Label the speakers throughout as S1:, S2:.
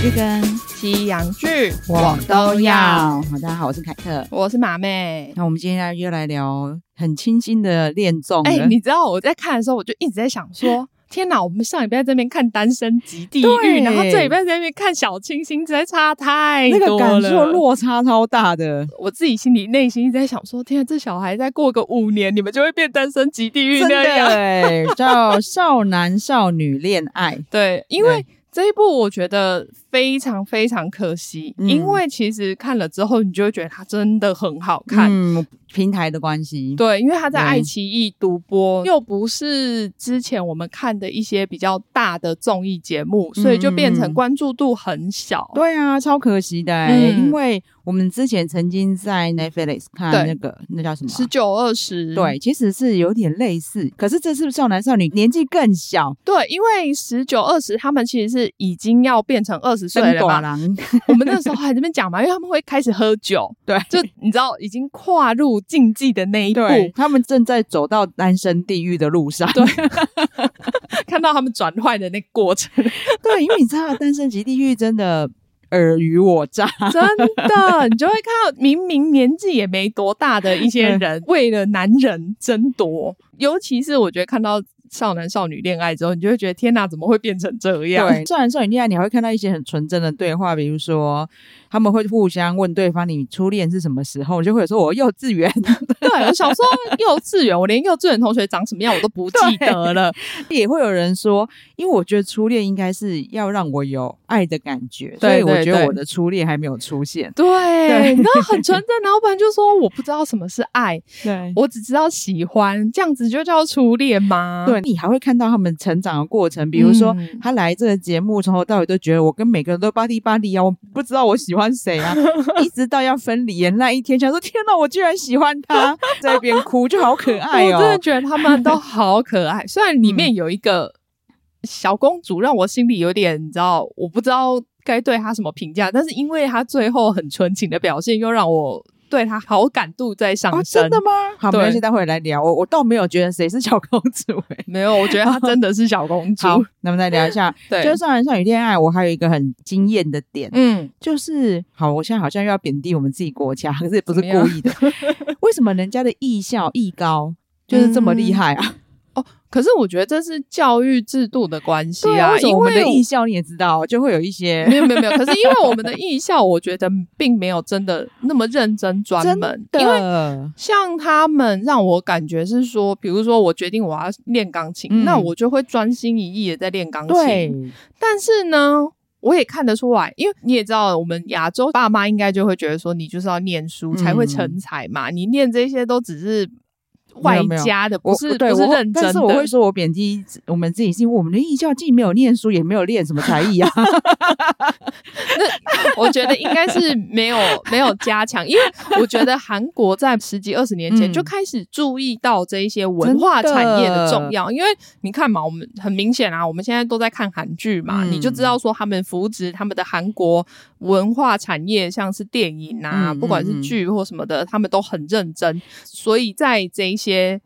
S1: 去跟
S2: 西洋剧，
S1: 我都要。好，大家好，我是凯特。
S2: 我是马妹。
S1: 那我们今天又来聊很清新的恋综了。
S2: 哎、你知道我在看的时候，我就一直在想说， 天哪，我们上礼拜在那边看《单身即地狱
S1: 对》，
S2: 然后这礼拜在那边看《小清新》，实在差太
S1: 那
S2: 多
S1: 个
S2: 了。
S1: 感受落差超大 的，
S2: 我自己心里内心一直在想说，天啊，这小孩再过个五年，你们就会变《单身即地狱
S1: 真》
S2: 那
S1: 的
S2: 样。
S1: 哎，叫少男少女恋爱。
S2: 对，因为这一部我觉得非常非常可惜，
S1: 嗯
S2: 因为其实看了之后，你就会觉得它真的很好 看。
S1: 嗯，平台的关系，
S2: 对，因为它在
S1: 对
S2: 爱奇艺独播，又不是之前我们看的一些比较大的综艺节目，所以就
S1: 嗯
S2: 变
S1: 嗯
S2: 成
S1: 嗯
S2: 关注度很小。
S1: 对啊，超可惜的、哎
S2: 嗯
S1: 因为我们之前曾经在 Netflix 看
S2: 对
S1: 那个那叫什么啊？
S2: 十九二十，
S1: 对，其实是有点类似，可是这是不是少男少女年纪更小，
S2: 对，因为十九二十他们其实是已经要变成二十岁
S1: 真
S2: 了
S1: 短
S2: 嘛。
S1: 郎，
S2: 我们那时候还在那边讲嘛，因为他们会开始喝酒，
S1: 对，
S2: 就你知道已经跨入禁忌的那一步，
S1: 对，他们正在走到单身地狱的路上。对
S2: 看到他们转换的那个过程，
S1: 对，因为你知道，单身级地狱真的尔虞我诈。
S2: 真的，你就会看到明明年纪也没多大的一
S1: 嗯
S2: 些人，为了男人争夺，尤其是我觉得看到少男少女恋爱之后，你就会觉得天哪，怎么会变成这样？
S1: 对，，虽然说你恋爱，你还会看到一些很纯真的对话，比如说他们会互相问对方你初恋是什么时候，就会说我幼稚园，
S2: 对我小时候幼稚园，我连幼稚园同学长什么样我都不记得了。
S1: 也会有人说，因为我觉得初恋应该是要让我有爱的感觉，所
S2: 对
S1: 以我
S2: 对
S1: 觉得
S2: 对
S1: 我的初恋还没有出现。
S2: 对，
S1: 对
S2: 然后很纯真，然后不然就说我不知道什么是爱，
S1: 对。
S2: 我只知道喜欢，这样子就叫初恋吗？
S1: 对你还会看到他们成长的过程，比如说、
S2: 嗯
S1: 他来这个节目从头到尾都觉得我跟每个人都巴蒂巴蒂啊，我不知道我喜欢谁 啊，一直到要分离的那一天，想说天哪，我居然喜欢他， 在一边哭就好可爱
S2: 我真的
S1: 哦。
S2: 觉得他们都好可爱， 虽然里
S1: 嗯
S2: 面有一个小公主让我心里有点，你知道，我不知道该对她什么评价，但是因为她最后很纯情的表现，又让我对她好感度在
S1: 啊，
S2: 上升。
S1: 真的吗？好，没
S2: 对
S1: 关系，待会来聊。我我倒没有觉得谁是小公主、欸。
S2: 没有，我觉得她真的是小公主。
S1: 好，那么再聊一下，
S2: 对，
S1: 就是少男少女恋爱，我还有一个很惊艳的 点，
S2: 嗯，
S1: 就是好，我现在好像又要贬低我们自己国家，可是也不是
S2: 怎么样
S1: 故意的。为什么人家的艺校艺高就是这么
S2: 嗯
S1: 厉害啊？
S2: 可是我觉得这是教育制度的关系
S1: 对啊，为什
S2: 因
S1: 么
S2: 为
S1: 我们的艺
S2: 我
S1: 校你也知道，就会有一些
S2: 没有没有没有，可是因为我们的艺校，我觉得并没有真的那么认真专
S1: 真
S2: 门，
S1: 的
S2: 因为像他们让我感觉是说，比如说我决定我要练钢琴，
S1: 嗯
S2: 那我就会专心一意的在练钢
S1: 对
S2: 琴。但是呢，我也看得出来，因为你也知道，我们亚洲爸妈应该就会觉得说，你就是要念书才
S1: 嗯
S2: 会成才嘛，你念这些都只是外加的，
S1: 我
S2: 不是
S1: 对
S2: 不是
S1: 我
S2: 认真
S1: 但
S2: 的。
S1: 是我会说我贬低我们自己，是因为我们的艺校既没有念书，也没有练什么才 艺啊。
S2: 我觉得应该是没有没有加强，因为我觉得韩国在十几二十年前
S1: 嗯
S2: 就开始注意到这一些文化产业的重要，因为你看嘛，我们很明显啊，我们现在都在看韩剧嘛，
S1: 嗯
S2: 你就知道说他们扶植他们的韩国文化产业，像是电影啊，
S1: 嗯
S2: 不管
S1: 嗯
S2: 是
S1: 嗯
S2: 剧或什么的，他们都很认真，所以在这一些。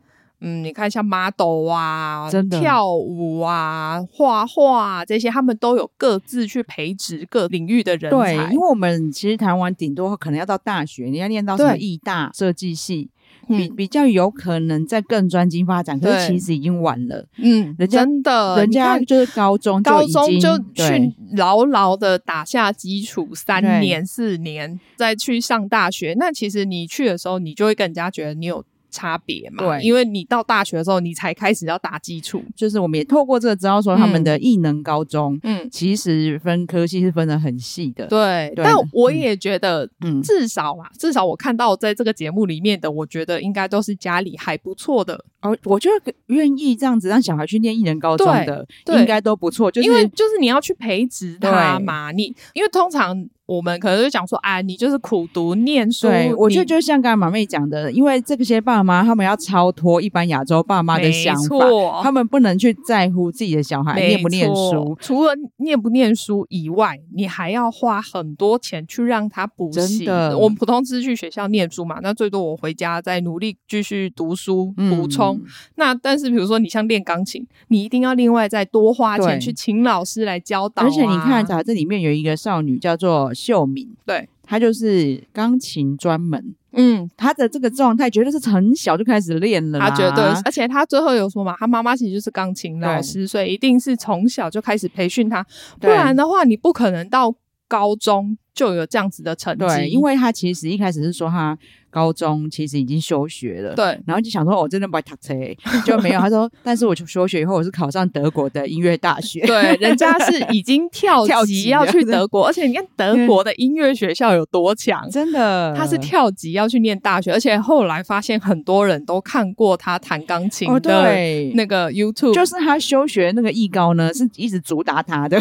S2: 嗯，你看像 model 啊，
S1: 真的
S2: 跳舞啊、画画啊这些，他们都有各自去培植各领域的人
S1: 对
S2: 才。，
S1: 因为我们其实台湾顶多可能要到大学，你要念到什么
S2: 对
S1: 艺大设计系，比
S2: 嗯
S1: 比较有可能在更专精发展，可是
S2: 对
S1: 其实已经晚了。
S2: 嗯，
S1: 人家
S2: 真的，
S1: 人
S2: 你
S1: 家
S2: 看
S1: 就是高中就
S2: 高
S1: 已
S2: 中
S1: 经
S2: 就
S1: 对
S2: 去牢牢的打下基础，
S1: 对
S2: 三年四年，再去上大学。那其实你去的时候，你就会跟人家觉得你有差别嘛。
S1: 对
S2: 因为你到大学的时候，你才开始要打基础。
S1: 就是我们也透过这个知道说，他们的艺能高中、
S2: 嗯，
S1: 其实分科系是分的很细的。
S2: 对。
S1: 对
S2: 但我也觉得，
S1: 嗯
S2: 至少啦，至少我看到在这个节目里面的，我觉得应该都是家里还不错的，
S1: 哦，我觉得愿意这样子让小孩去念艺能高中的，
S2: 对对
S1: 应该都不错。就是
S2: 因为就是你要去培植他
S1: 对
S2: 嘛。你因为通常我们可能就讲说，啊，你就是苦读念书。
S1: 对，我觉得
S2: 你
S1: 就像刚才马妹讲的，因为这些爸妈他们要超脱一般亚洲爸妈的想
S2: 没
S1: 法，
S2: 错
S1: 他们不能去在乎自己的小孩
S2: 没
S1: 念不念
S2: 错
S1: 书。
S2: 除了念不念书以外，你还要花很多钱去让他补
S1: 真
S2: 习。
S1: 的
S2: 我们普通只是去学校念书嘛，那最多我回家再努力继续读书
S1: 嗯
S2: 补充。那但是比如说你像练钢琴，你一定要另外再多花
S1: 对
S2: 钱去请老师来教导啊、
S1: 而且你看，它这里面有一个少女叫做秀敏，
S2: 对，
S1: 她就是钢琴专门，
S2: 嗯，
S1: 她的这个状态绝对是很小就开始练了啦，
S2: 他绝对是，而且他最后有说嘛，他妈妈其实就是钢琴老师，所以一定是从小就开始培训他，不
S1: 对
S2: 然的话你不可能到高中就有这样子的成绩。
S1: 对，因为她其实一开始是说她高中其实已经休学了，
S2: 对。
S1: 然后就想说，哦我、真的不爱读册， 就没有。他说，但是我就休学以后，我是考上德国的音乐大学。
S2: 对，人家是 已经跳
S1: 跳
S2: 级
S1: 级
S2: 要
S1: 了
S2: 去
S1: 对
S2: 德国，而且你看德国的音乐学校有多强，
S1: 真的，
S2: 他是跳级要去念大学，而且后来发现很多人都看过他弹钢琴
S1: 哦，
S2: 的
S1: 对，
S2: 那个 YouTube，、
S1: 就是他休学那个艺高呢，是一直主打他的，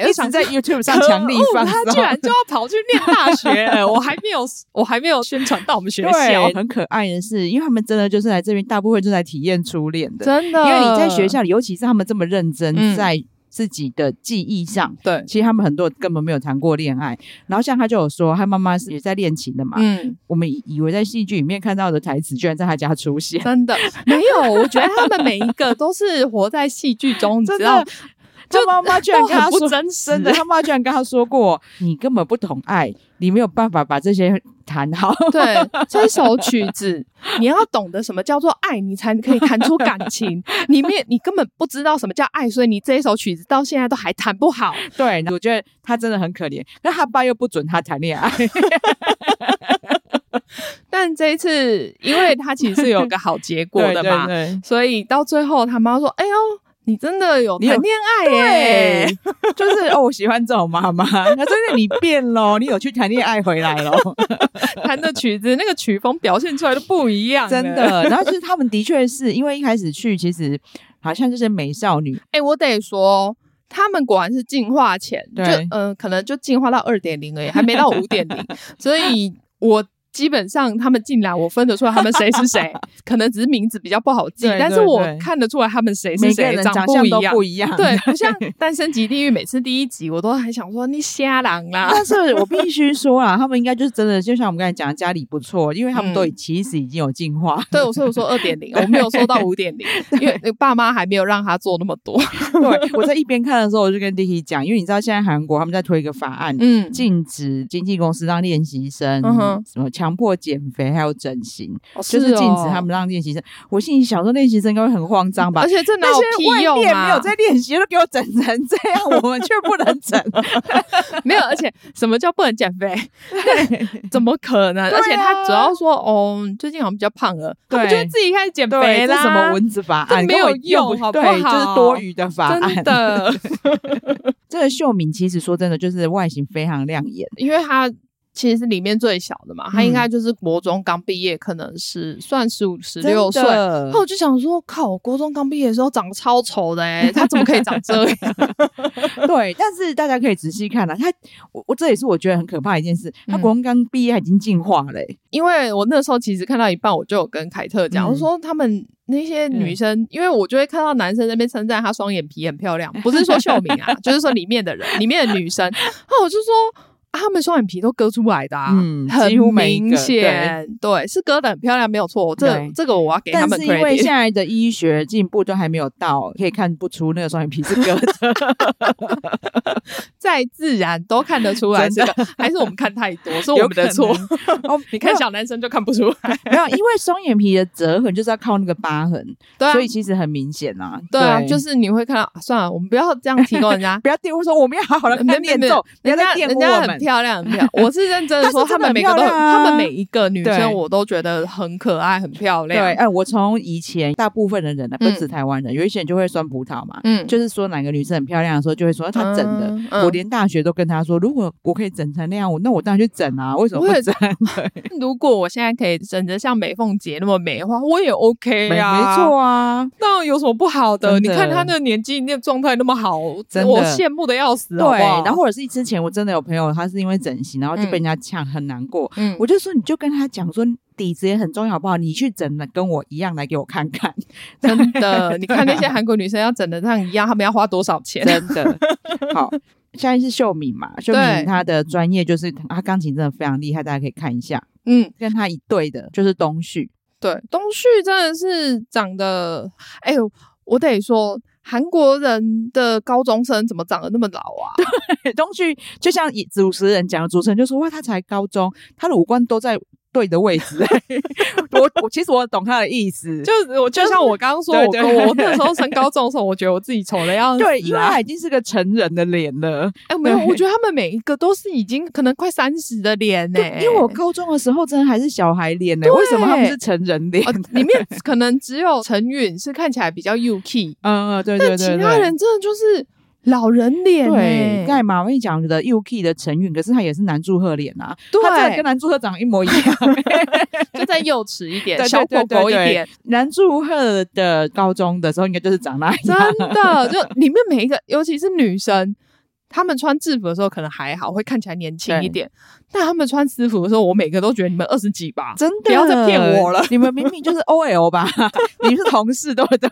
S1: 一
S2: 就
S1: 直
S2: 想
S1: 在 YouTube 上强力
S2: 可恶
S1: 放
S2: 哦他
S1: 送，
S2: 居然就要跑去念大学了，我还没有，我还没有宣传到我们学校
S1: 对，， 很可爱的是，因为他们真的就是来这边，大部分就是来体验初恋的，
S2: 真的，
S1: 因为你在学校里，尤其是他们这么认真
S2: 嗯
S1: 在自己的记忆上。
S2: 对，
S1: 其实他们很多根本没有谈过恋爱，然后像他就有说，他妈妈是也在练琴的嘛，
S2: 嗯，
S1: 我们以以为在戏剧里面看到的台词，居然在他家出 现。
S2: 真的没有，我觉得他们每一个都是活在戏剧中，你
S1: 真
S2: 知道
S1: 的，，他妈妈居然
S2: 都
S1: 跟他
S2: 很不
S1: 说，
S2: 真实，
S1: 真的，他妈居然跟他说过，你根本不懂爱，你没有办法把这些弹好。
S2: 对，这首曲子你要懂得什么叫做爱，你才可以弹出感情。你面你根本不知道什么叫爱，所以你这一首曲子到现在都还弹不好。
S1: 对，我觉得他真的很可怜，那他爸又不准他谈恋 爱。
S2: 但这一次，因为他其实是有个好结果的 嘛，
S1: 对对
S2: 所以到最后他妈说：“哎呦，你真的有
S1: 你有
S2: 谈恋爱耶、
S1: 对，就是哦，我喜欢这种妈妈。 那真的你变喽，你有去谈恋爱回来喽，
S2: 弹的曲子那个曲风表现出来都不一样。”
S1: 真，的。然后就是他们的确是因为一开始去，其实好像就是美少女，
S2: 哎、我得说。他们果然是进化前，就
S1: 对
S2: 呃，可能就进化到二点零而已，还没到五点 零，所以我基本上他们进来，我分得出来他们谁 是谁，可能只是名字比较不好记，
S1: 对
S2: 但是
S1: 对
S2: 我
S1: 对
S2: 看得出来他们谁是
S1: 每个
S2: 谁，
S1: 人长
S2: 不
S1: 相
S2: 一
S1: 都
S2: 样
S1: 不，一样。
S2: 对， 不像《单身级地狱》，每次第一集我都还想说你瞎狼啊 啦，
S1: 但是我必须说啊，他们应该就是真的，就像我们刚才讲，家里不错，因为他们都已
S2: 嗯
S1: 其实已经有进化。
S2: 对，我所以我说二点零，我没有说到五点零，因为爸妈还没有让他做那么 多。
S1: 对，我在一边看的时候，我就跟 Dicky 讲，因为你知道现在韩国他们在推一个法案。
S2: 嗯
S1: 禁止经纪公司让练习生
S2: 嗯哼哦
S1: 什么强迫减肥，还有整形，
S2: 就
S1: 就是禁止他们。让练习生。我心里想说，练习生应该会很慌张吧
S2: 而？且这哪
S1: 那
S2: 有
S1: 些
S2: 屁
S1: 外
S2: 用
S1: 面
S2: 啊？
S1: 没有在练习，都给我整成这样，我们却不能整。
S2: 没有，而且什么叫不能减肥？怎么可能？
S1: 对啊
S2: 而且他主要说，哦，最近好像比较胖了，
S1: 对
S2: 他们就会自己开始减
S1: 对，
S2: 肥
S1: 这
S2: 啦。
S1: 什么蚊子法案
S2: 这没有
S1: 根本用不
S2: 用好不
S1: 对，就是
S2: 好
S1: 多余的法案。
S2: 真的，
S1: 这个秀敏其实说真的，就是外形非常亮眼，
S2: 因为他其实是里面最小的嘛，他
S1: 嗯
S2: 应该就是国中刚毕业，可能是算十五、十六岁
S1: 真。
S2: 哦然
S1: 的
S2: 后我就想说，靠，我国中刚毕业的时候长得超丑的、欸，他怎么可以长这样？
S1: 对。但是大家可以仔细看了、他我我这也是我觉得很可怕的一件事，他
S2: 嗯
S1: 国中刚毕业他已经进化了、欸
S2: 因为我那时候其实看到一半，我就有跟凯特
S1: 嗯
S2: 讲，我说他们那些女生，因为我就会看到男生在那边称赞她双眼皮很漂亮，不是说秀敏啊， 就是说里面的人，里面的女生，然后我就说。啊、他们双眼皮都割出来的、啊，
S1: 嗯
S2: 很
S1: 几乎每一个
S2: 明显，对，是割的很漂亮，没有错。这
S1: 对
S2: 这个我要给他
S1: 但
S2: 们
S1: 是因为
S2: credit
S1: 现。在的医学 进步都还没有到，可以看不出那个双眼皮是割的。
S2: 再自然都看得出来这
S1: 真
S2: 个，还是我们看太多，是我们的错
S1: 有。 哦，
S2: 你看小男生就看不 出来，
S1: 没有，因为双眼皮的折痕就是要靠那个疤痕，
S2: 对啊
S1: 所，以其实很明显啊。。
S2: 对啊，就是你会看到，啊算了，我们不要这样提供人家
S1: 不要玷污说我们要好 好的看
S2: 没
S1: 他
S2: 没
S1: 念
S2: 没
S1: 咒，不要
S2: 人
S1: 再
S2: 家
S1: 玷
S2: 人
S1: 污
S2: 家
S1: 我
S2: 很
S1: 们。
S2: 漂亮，很漂亮。 我是认真的
S1: 她
S2: 说，
S1: 是
S2: 他
S1: 真的
S2: 们每个都，
S1: 很漂亮啊
S2: 他们每一个女生，
S1: 对
S2: 我都觉得很可爱，很漂
S1: 对，
S2: 亮。
S1: 哎、我从以前大部分的人啊呢，不
S2: 啊嗯
S1: 止台湾人，有一些人就会酸葡萄嘛，
S2: 嗯，
S1: 就是说哪个女生很漂亮的时候，就会说她整的。
S2: 嗯嗯
S1: 我连大学都跟她说，如果我可以整成那样，我那我当然去整啊，为什么不
S2: 我也
S1: 整？
S2: 嗯如果我现在可以整得像美凤姐那么美的话，我也 OK
S1: 没
S2: 呀、
S1: 没错，啊，
S2: 那有什么不好的？
S1: 真
S2: 你
S1: 的
S2: 看她那个年纪、那个状态那么好，我
S1: 真的
S2: 羡慕的要死，
S1: 对。
S2: 好不好？
S1: 然后或者是之前我真的有朋友，他是因为整形，然后就被人家呛，很难过。
S2: 嗯，
S1: 我就说，你就跟他讲说，底子也很重要，好不好？你去整了，跟我一样来给我看看，
S2: 真的， 你看那些韩国女生要整得像一样，她们要花多少钱？
S1: 真的。 好，现在是秀敏嘛，秀
S2: 对
S1: 敏她的专业就是她钢琴真的非常厉害，大家可以看一下。
S2: 嗯，
S1: 跟她一对的就是东旭，
S2: 对，东旭真的是长得，哎呦，我得说。韩国人的高中生怎么长得那么老啊？
S1: 东旭就像以主持人讲，主持人就说哇，他才高中，他的五官都在对的位置。欸 我我其实我懂他的意思，
S2: 就我就像我刚刚说，
S1: 对
S2: 我
S1: 对
S2: 我那时候升高中的时候，我觉得我自己丑的要死、啊。
S1: 对，因为他已经是个成人的脸了。
S2: 哎、没有，
S1: 对
S2: 我觉得他们每一个都是已经可能快三十的脸呢、
S1: 对，因为我 高中的时候真的还是小孩脸呢、
S2: 对
S1: 为什么他们是成人脸
S2: 呃？里面可能只有陈允是看起来比较 UK，
S1: 嗯，对对
S2: 但
S1: 对
S2: 其
S1: 对，
S2: 他人真的就是老人脸呢、
S1: 对，在马文讲的 UK 的成语，可是他也是男祝贺脸啊，他真的
S2: 对，
S1: 跟男祝贺长得一模一样，
S2: 就再幼齿一点，
S1: 对对
S2: 小狗狗
S1: 对
S2: 一
S1: 对对
S2: 点，
S1: 男祝贺的高中的时候应该就是长那
S2: 真
S1: 样，
S2: 的就里面每一个，尤其是女生。她们穿制服的时候可能还好，会看起来年轻一点。但她们穿私服的时候，我每个都觉得你们二十几吧，
S1: 真的
S2: 不要再骗我了。
S1: 你们明明就是 OL 吧，你们是同事对不对？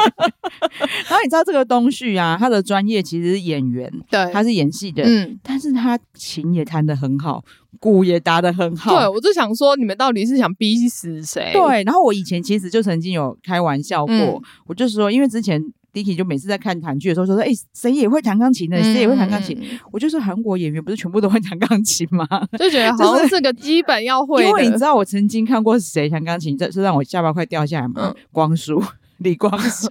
S1: 然后你知道这个东旭啊，他的专业其实是演员，
S2: 对
S1: 他是演戏的，
S2: 嗯，
S1: 但是他琴也弹得很好，鼓也打得很好，
S2: 对，我就想说，你们到底是想逼死谁？
S1: 对，然后我以前其实就曾经有开玩笑过，
S2: 嗯
S1: 我就说，因为之前 Dicky 就每次在看韩剧的时候说，哎、谁也会弹钢琴的，谁也会弹钢琴。
S2: 嗯，嗯嗯
S1: 我就说韩国演员不是全部都会弹钢琴吗？
S2: 就觉得好像是个基本要会
S1: 因为你
S2: 的
S1: 知。道我曾经看过谁弹钢琴，这是让我下巴快掉下来吗？
S2: 嗯
S1: 光洙， 李光洙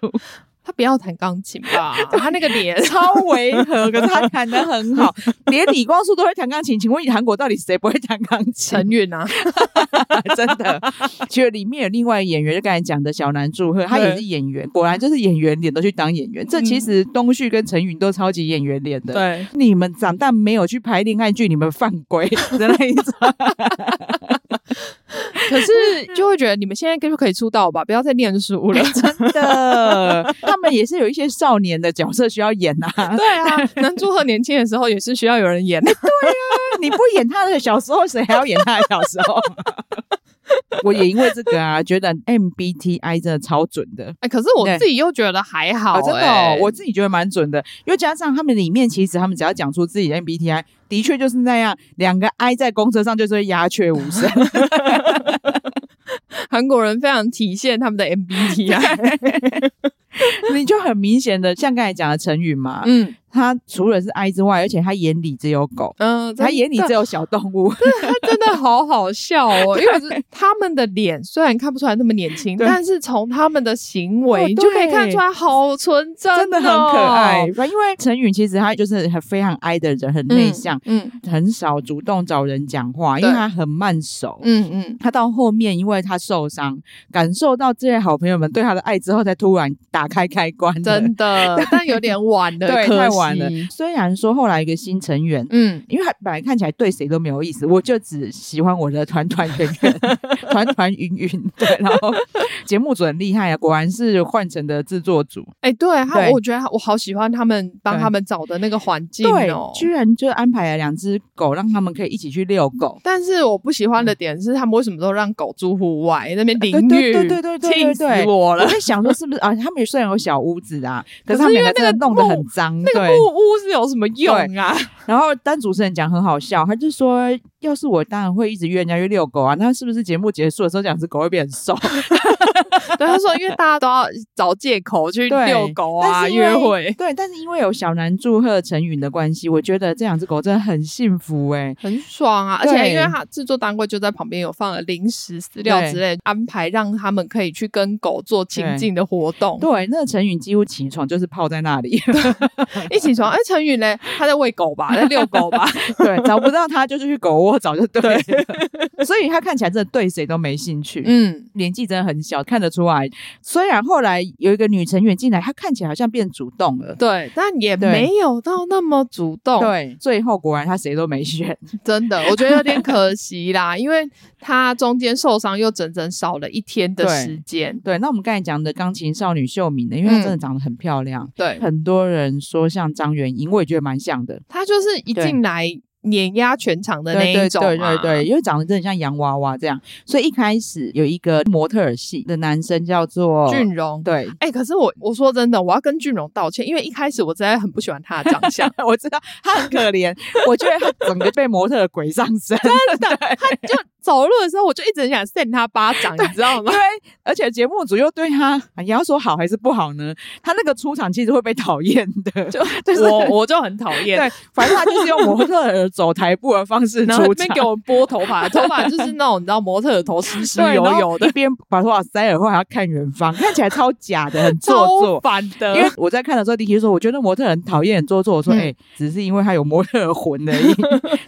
S2: 他不要弹钢琴 吧，他那个脸
S1: 超违 哎和，可是他弹得很 好，连李光洙都会弹钢琴。请问韩国到底谁不会弹钢琴？
S2: 陈韵啊，
S1: 真的，其实里面有另外一个演员，就刚才讲的小南柱赫，他
S2: 对
S1: 也是演员，果然就是演员脸都去当演员。这其实东旭跟陈云都超级演员脸的。。
S2: 对，
S1: 你们长大没有去拍恋爱剧，你们犯规的那一 种。
S2: 可是就会觉得你们现在就可以出道吧，不要再念书了。
S1: 真的，他们也是有一些少年的角色需要演啊。
S2: 对 啊，能祝贺年轻的时候也是需要有人演的。
S1: 你不演他的小时候，谁还要演他的小时候？ 我也因为这个啊，觉得 MBTI 真的超准的。
S2: 哎，可是我自己又觉得还好
S1: 啊，，真的、
S2: 哎
S1: 哦，我自己觉得蛮准的。因为加上他们里面，其实他们只要讲出自己的 MBTI，的确就是那样，两个 I 在公车上就是会鸦雀无 声。
S2: 韩国人非常体现他 们的 MBTI。
S1: 你就很明显的，像刚才讲的陈宇嘛，
S2: 嗯
S1: 他除了是 I 之外，而且他眼里只有狗，
S2: 嗯，
S1: 他眼里
S2: 真
S1: 只
S2: 的
S1: 有小动物。
S2: 他真的好好笑哦，因 为是他们的脸虽然看不出来那么年轻，
S1: 对
S2: 但是从他们的行为
S1: 哦
S2: 你就可以
S1: 对
S2: 看出来好纯真哦，
S1: 真的很可爱，因为陈宇其实他就是很非常 I 的人，很
S2: 嗯，
S1: 内向，
S2: 嗯
S1: 很少主动找人讲话，因为
S2: 对
S1: 他很慢熟。
S2: 嗯嗯，
S1: 他到后面，因为他受伤，感受到这些好朋友们对他的爱之后，才突然打开开关的。
S2: 真的，但有点晚了，
S1: 对，
S2: 可惜
S1: 太晚了。虽然说后来一个新成员。
S2: 嗯，
S1: 因为他本来看起来对谁都没有意思，我就只喜欢我的团团圆 圆、团团云云。对，然后节目组很厉害啊，果然是换成的制作组。
S2: 哎、对他，
S1: 对
S2: 我觉得他我好喜欢他们帮
S1: 对
S2: 他们找的那个环境
S1: 对
S2: 哦，。
S1: 居然就安排了两只狗，让他们可以一起去遛狗。
S2: 但是我不喜欢的点是，他们为什么都让狗住户外那边淋
S1: 对
S2: 浴？
S1: 对对对对对
S2: 气
S1: 对
S2: 死
S1: 对
S2: 我
S1: 我
S2: 了！
S1: 在想说，是不是啊？他们虽然有小屋子啊，可
S2: 可
S1: 是
S2: 是
S1: 他们
S2: 因为
S1: 两个真的
S2: 那个
S1: 弄得
S2: 木
S1: 很脏。
S2: 那个
S1: 对
S2: 木屋是有什么用啊？
S1: 然后当主持人讲很好笑，他就说：“ 要是我，当然会一直约人家去遛狗啊。那是不是节目结束的时候，这两只狗会变很瘦？”
S2: 对，他说因为大家都要找借口去
S1: 对
S2: 遛狗啊、
S1: 但是因为
S2: 约会，
S1: 对，但是因为有小南祝贺成语的关系，我觉得这两只狗真的很幸福哎、
S2: 很爽啊！而
S1: 对
S2: 且因为他制作单位就在旁边有放了零食、饲料之类，安排让他们可以去跟狗做亲近的活动。
S1: 对，那个陈宇几乎起床就是泡在那 里，
S2: 一起床，哎，陈宇嘞，他在喂狗吧，在遛狗吧？
S1: 对，找不到他就是去狗窝找就对了， 所以他看起来真的对谁都没兴趣。
S2: 嗯，
S1: 年纪真的很小，看得出来。虽然后来有一个女成员进来，她看起来好像变主动了。
S2: 对，但也
S1: 对
S2: 没有到那么主动，
S1: 对，最后果然她谁都没选。
S2: 真的，我觉得有点可惜啦，因为他中间受伤又整整少了一天的
S1: 对
S2: 时间。
S1: 对，那我们刚才讲的钢琴少女秀敏呢，因为她
S2: 嗯
S1: 真的长得很漂亮，
S2: 对，
S1: 很多人说像张元英，我也觉得蛮像的。
S2: 他就是一进来碾压全场的那
S1: 对
S2: 一
S1: 对
S2: 种、
S1: 对对对，，因为长得真的像洋娃娃这样，所以一开始有一个模特儿系的男生叫做
S2: 俊荣。
S1: 对，，
S2: 哎、可是我我说真的，我要跟俊荣道歉，因为一开始我真的很不喜欢他的长相
S1: 我知道他很可怜，我觉得他整个被模特儿鬼上身，真的。
S2: 就走路的时候我就一直很想扇他巴 掌，你知道吗
S1: 因？为而且节目组又对他，啊你要说好还是不好呢？他那个出场其实会被讨厌的，就就是
S2: 我我就很讨厌，
S1: 对，反正他就是用模特儿走台步的方式
S2: 然后
S1: 出
S2: 那边给
S1: 场。
S2: 我拨头发，头发就是那种你知道模特的头湿湿
S1: 对，
S2: 油
S1: 然后
S2: 油的
S1: 一，边把头发塞耳后还要看远方，看起来超假的，很做
S2: 超
S1: 作。
S2: 烦的。
S1: 因为我在看的时候，迪奇说：“我觉得模特儿很讨厌，很做作。”我说：“
S2: 嗯
S1: 哎、只是因为他有模特儿魂而 已，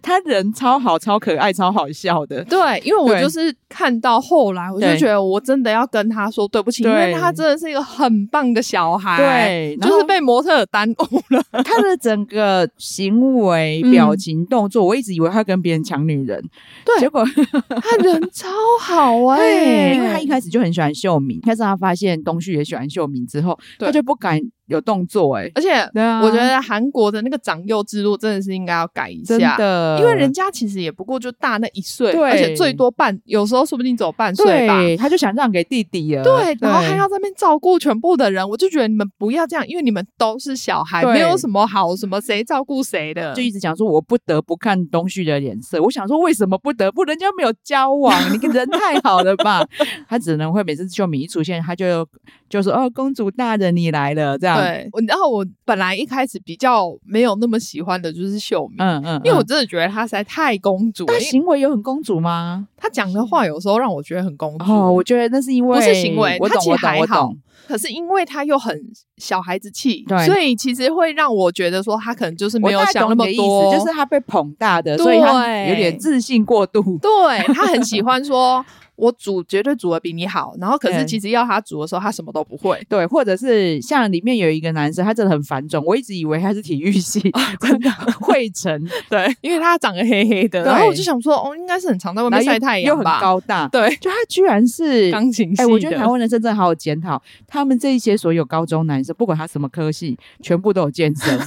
S1: 他人超好、超可爱、超好笑的。
S2: 对，因为我
S1: 对
S2: 就是看到后来，我就
S1: 对
S2: 觉得我真的要跟他说对不起，因为
S1: 对
S2: 他真的是一个很棒的小孩，
S1: 对，然
S2: 哎就
S1: 后
S2: 是被模特儿耽 误了。
S1: 他的整个行为、
S2: 嗯
S1: 表情、动作，我一直以为他跟别人抢女人，
S2: 对
S1: 结果
S2: 他人超好哎、
S1: 对，因为他一开始就很喜欢秀敏，但是他发现东旭也喜欢秀敏之后，
S2: 对
S1: 他就不敢有动作、哎，
S2: 而且
S1: 对啊
S2: 我觉得韩国的那个长幼制度真的是应该要改一
S1: 真
S2: 下。
S1: 的，
S2: 因为人。家其实也不过就大那一岁，
S1: 对
S2: 而且最多半，有时候说不定只有半岁吧。
S1: 对，他就想让给弟弟了。
S2: 对，然后还要在那边照顾全部的人，我就觉得你们不要这样，因为你们都是小孩，
S1: 对
S2: 没有什么好什么谁照顾谁的，
S1: 就一直讲说，我不得不看东旭的脸色。我想说，为什么不得不？人家没有交 往，你个人太好了吧？他只能会每次秀敏一出现，他就就说：“哦，公主大人你来了。”这样，
S2: 对，我然后我本来一开始比较没有那么喜欢的就是秀敏，
S1: 嗯嗯嗯，
S2: 因为我真的觉得她实在太公主
S1: 他
S2: 了，因为
S1: 行为有很公主吗？
S2: 她讲的话有时候让我觉得很公主。
S1: 哦，我觉得那是因为
S2: 不是行为
S1: 我
S2: 他
S1: 懂
S2: 其实
S1: 我懂
S2: 还
S1: 我
S2: 好
S1: 懂，
S2: 可是因为她又很小孩子气，
S1: 对
S2: 所以其实会让我觉得说她可能就是没有
S1: 我大概
S2: 想
S1: 懂
S2: 那么
S1: 你的
S2: 多，
S1: 意思就是他被捧大的，所以他
S2: 对
S1: 有点自信过度。
S2: 对她很喜欢说。我煮绝对煮的比你好，然后可是
S1: 对
S2: 其实要她煮的时候，她什么都 不会。
S1: 对，或者是像里面有一个男生，他真的很繁重，我一直以为他是体育系，
S2: 哦
S1: 真的惠 成，
S2: 对，因为她长得黑黑的，
S1: 对
S2: 然后我就想说，哦，应该是很常在外
S1: 然
S2: 面
S1: 后
S2: 晒
S1: 又
S2: 太
S1: 又
S2: 阳
S1: 很
S2: 吧？
S1: 高大，
S2: 对，
S1: 就他居然是。
S2: 钢琴系
S1: 哎、
S2: 的。
S1: 我觉得台湾人真正好有检讨，他们这一些所有高中男生，不管他什么科系，全部都有健 身。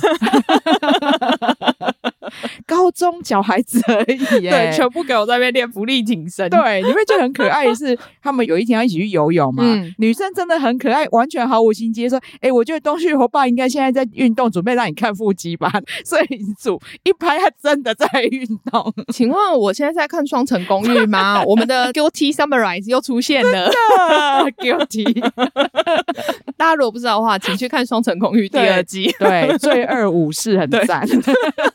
S1: 高中小孩子而已、耶。
S2: 对，全部给我在那边练浮力挺身。
S1: 对，你会觉得很可爱的是，他们有一天要一起去游泳嘛，
S2: 嗯
S1: 女生真的很可爱，完全毫无心机，说：“哎、我觉得东旭和爸应该现在在运动，准备让你看腹肌吧。” 摄影组一拍，他真的在运 动，
S2: 请问我现在在看《双城公寓》吗？我们的 Guilty Summarize 又出现了。
S1: guilty。
S2: 大家如果不知道的话，请去看《双城公寓》第二季。
S1: 对，罪恶武士很
S2: 对
S1: 赞，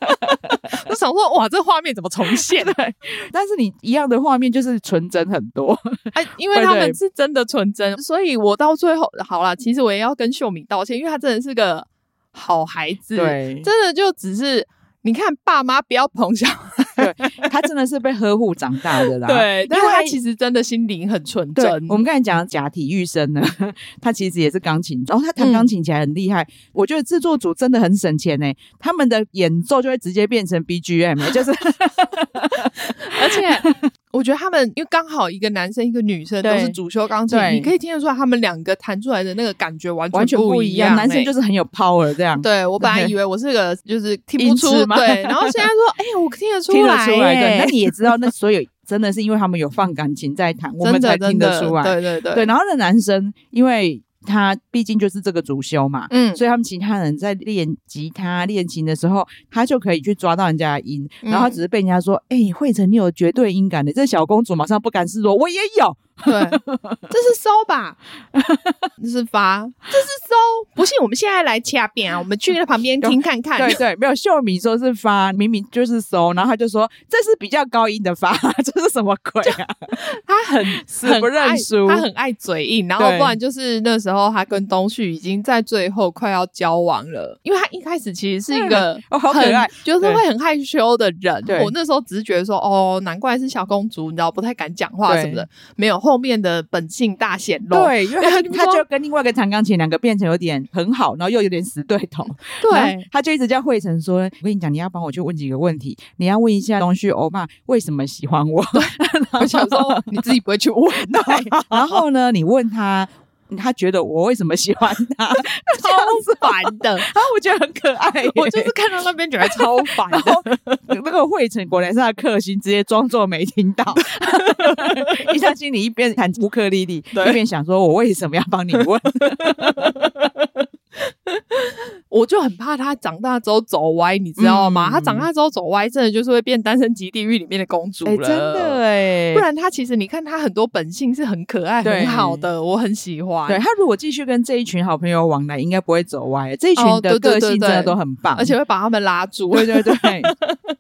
S2: 我想说，哇，这画面怎么重现？
S1: 但是你一样的画面就是纯真很多。
S2: 哎，因为他们是真的纯真，所以我到最后好啦，其实我也要跟秀敏道歉，因为她真的是个好孩子，，
S1: 对，
S2: 真的就只是。你看，爸妈不要捧小孩，
S1: 他真的是被呵护长大的啦。。
S2: 对，但
S1: 因为
S2: 他其实真的心灵很纯
S1: 对
S2: 真，，
S1: 我们刚才讲
S2: 嗯
S1: 的假体育生呢，他其实也是钢琴，哦然、后他
S2: 嗯
S1: 弹钢琴起来很厉害。我觉得制作组真的很省钱呢，他们的演奏就会直接变成 BGM，就是
S2: 而且 我觉得他们因为刚好一个男生一个女生都
S1: 对
S2: 是主修钢琴，
S1: 对
S2: 你可以听得出来他们两个弹出来的那个感觉完
S1: 完全
S2: 不
S1: 不
S2: 一
S1: 一样。
S2: 欸
S1: 男生就是很有 power 这样，
S2: 对我本来
S1: 对
S2: 以为我是个就是听不
S1: 音
S2: 出
S1: 痴吗
S2: 对，然后现在说哎、我听得出
S1: 听得
S2: 来、欸，
S1: 出来的。那你也知道，那所有真的是因为他们有放感情在弹，我们
S2: 真
S1: 才
S2: 的
S1: 听
S2: 真
S1: 得
S2: 的
S1: 出来。
S2: 对对对
S1: 对，然后那男生因为他毕竟就是这个主修嘛，
S2: 嗯，
S1: 所以他们其他人在练吉他、练琴的时候，他就可以去抓到人家的音，
S2: 嗯
S1: 然后他只是被人家说：“哎、慧成，你有绝对音感的。”这小公主马上不甘示弱，我也有，
S2: 对， 这是搜吧，这是发，这是搜。不信，我们现在来掐边啊，我们去旁边听看看。
S1: 对对，没有秀敏说是发，明明就是搜，然后他就说这是比较高音的发， 这是什么鬼啊？
S2: 他很
S1: 死不认
S2: 爱
S1: 输
S2: 他很爱嘴硬，然后
S1: 对
S2: 不然就是那时候他跟东旭已经在最后快要交往了，因为他一开始其实是一个
S1: 哦好可
S2: 很
S1: 爱
S2: 就是
S1: 对
S2: 会很害羞的人
S1: 对。
S2: 我那时候只是觉得说，哦，难怪是小公主，你知道不太敢讲话
S1: 对
S2: 什么的，没有后面的本性大显露。
S1: 对，因为他
S2: 你
S1: 他
S2: 说
S1: 就跟另外一个弹钢琴两个变成有点很好，然后又有点死对头。然后
S2: 对
S1: 他就一直叫慧晨说：“我跟你讲，你要帮我去问几个问题，你要问一下东旭欧巴为什么喜欢我。
S2: 我想说你自己不会去问，啊对，
S1: 然后呢，你问他，他觉得我为什么喜欢 他？
S2: 超烦 的。
S1: 然后我觉得很可爱耶、
S2: 我就是看到那边觉得超烦
S1: 然
S2: 的。
S1: 后那个慧晨果然是他的克星，直接装作没听到。 一上心里一边弹乌克丽丽，
S2: 对
S1: 一边想说：“我为什么要帮你问
S2: 我就很怕他长大之后走歪，你知道吗？
S1: 嗯
S2: 他长大之后走歪，真的就是会变《单身级地狱》里面的公？”主了。
S1: 哎，真的哎、
S2: 不然他其实你看他很多本性是很可爱、
S1: 对
S2: 很好的，我很喜欢。
S1: 对，他如果继续跟这一群好朋友往来，应该不会走歪。这一群
S2: 哦
S1: 的
S2: 对对
S1: 个
S2: 对
S1: 性真的
S2: 对
S1: 都很棒，
S2: 而且会把他们拉住。
S1: 对对对，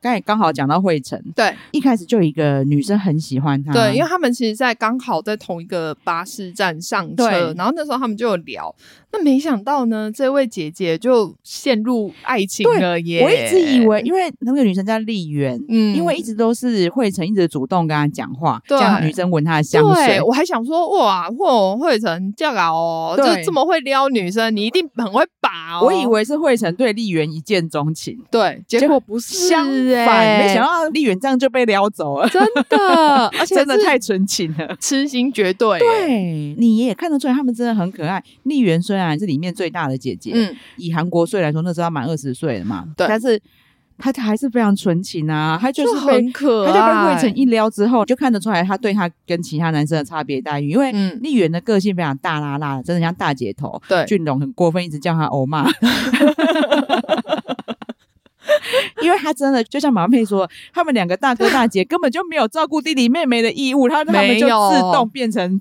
S1: 刚才刚好讲到惠晨，
S2: 对
S1: 一开始就有一个女生很喜欢他，
S2: 对，因为他们其实，在刚好在同一个巴士站上车
S1: 对，
S2: 然后那时候他们就有聊。那没想到呢，这位姐姐就陷入爱情
S1: 对
S2: 了耶！
S1: 我一直以为，因为那个女生叫丽媛。
S2: 嗯
S1: 因为一直都是惠晨一直主动跟她讲话，
S2: 对
S1: 叫女生闻她的香水
S2: 对，。我还想说，哇，霍慧成这样哦，就
S1: 对
S2: 这么会撩女生，你一定很会把哦。
S1: 我以为是惠晨对丽媛一见钟情，
S2: 对，结
S1: 结果
S2: 果不是、欸
S1: 相反，没想到丽媛这样就被撩走了，
S2: 真 的，而且
S1: 真的
S2: 是
S1: 太纯情了。
S2: 痴心绝对。，欸
S1: 对，你也看得出来，他们真的很可爱。丽媛虽然是里面最大的姐姐，
S2: 嗯，
S1: 以韩国岁来说，那时候她满二十岁了嘛，
S2: 对
S1: 但是她还是非常纯情啊，她
S2: 就是
S1: 被
S2: 很可
S1: 她
S2: 爱，
S1: 就被魏晨一撩之后，就看得出来她对她跟其他男生的差别待遇，因为
S2: 嗯，
S1: 丽媛的个性非常大拉拉的，真的像大姐头。
S2: 对，
S1: 俊荣很过分，一直叫她欧骂。 因为她真的就像马妹说，他们两个大哥大姐根本就没有照顾弟弟妹妹的义务，他他们就
S2: 没有
S1: 自动变成那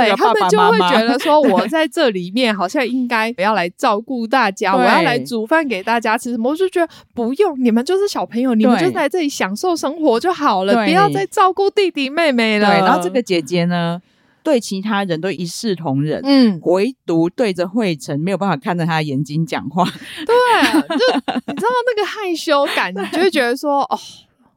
S2: 对
S1: 个
S2: 他
S1: 爸爸
S2: 们就会
S1: 妈妈
S2: 觉得 说，我在这里面好像应该要来照顾大家，我
S1: 对
S2: 要来煮饭给大家吃什么，我就觉得不用，你们就是小朋友，你们
S1: 对
S2: 就在这里享受生活就好了，
S1: 对
S2: 不要再照顾弟弟妹妹了。
S1: 对，然后这个姐姐呢，对其他人都一视同仁。
S2: 嗯，
S1: 唯独对着惠晨没有办法看着他的眼睛讲话，
S2: 对，就你知道那个害羞感，你就会觉得说，哦，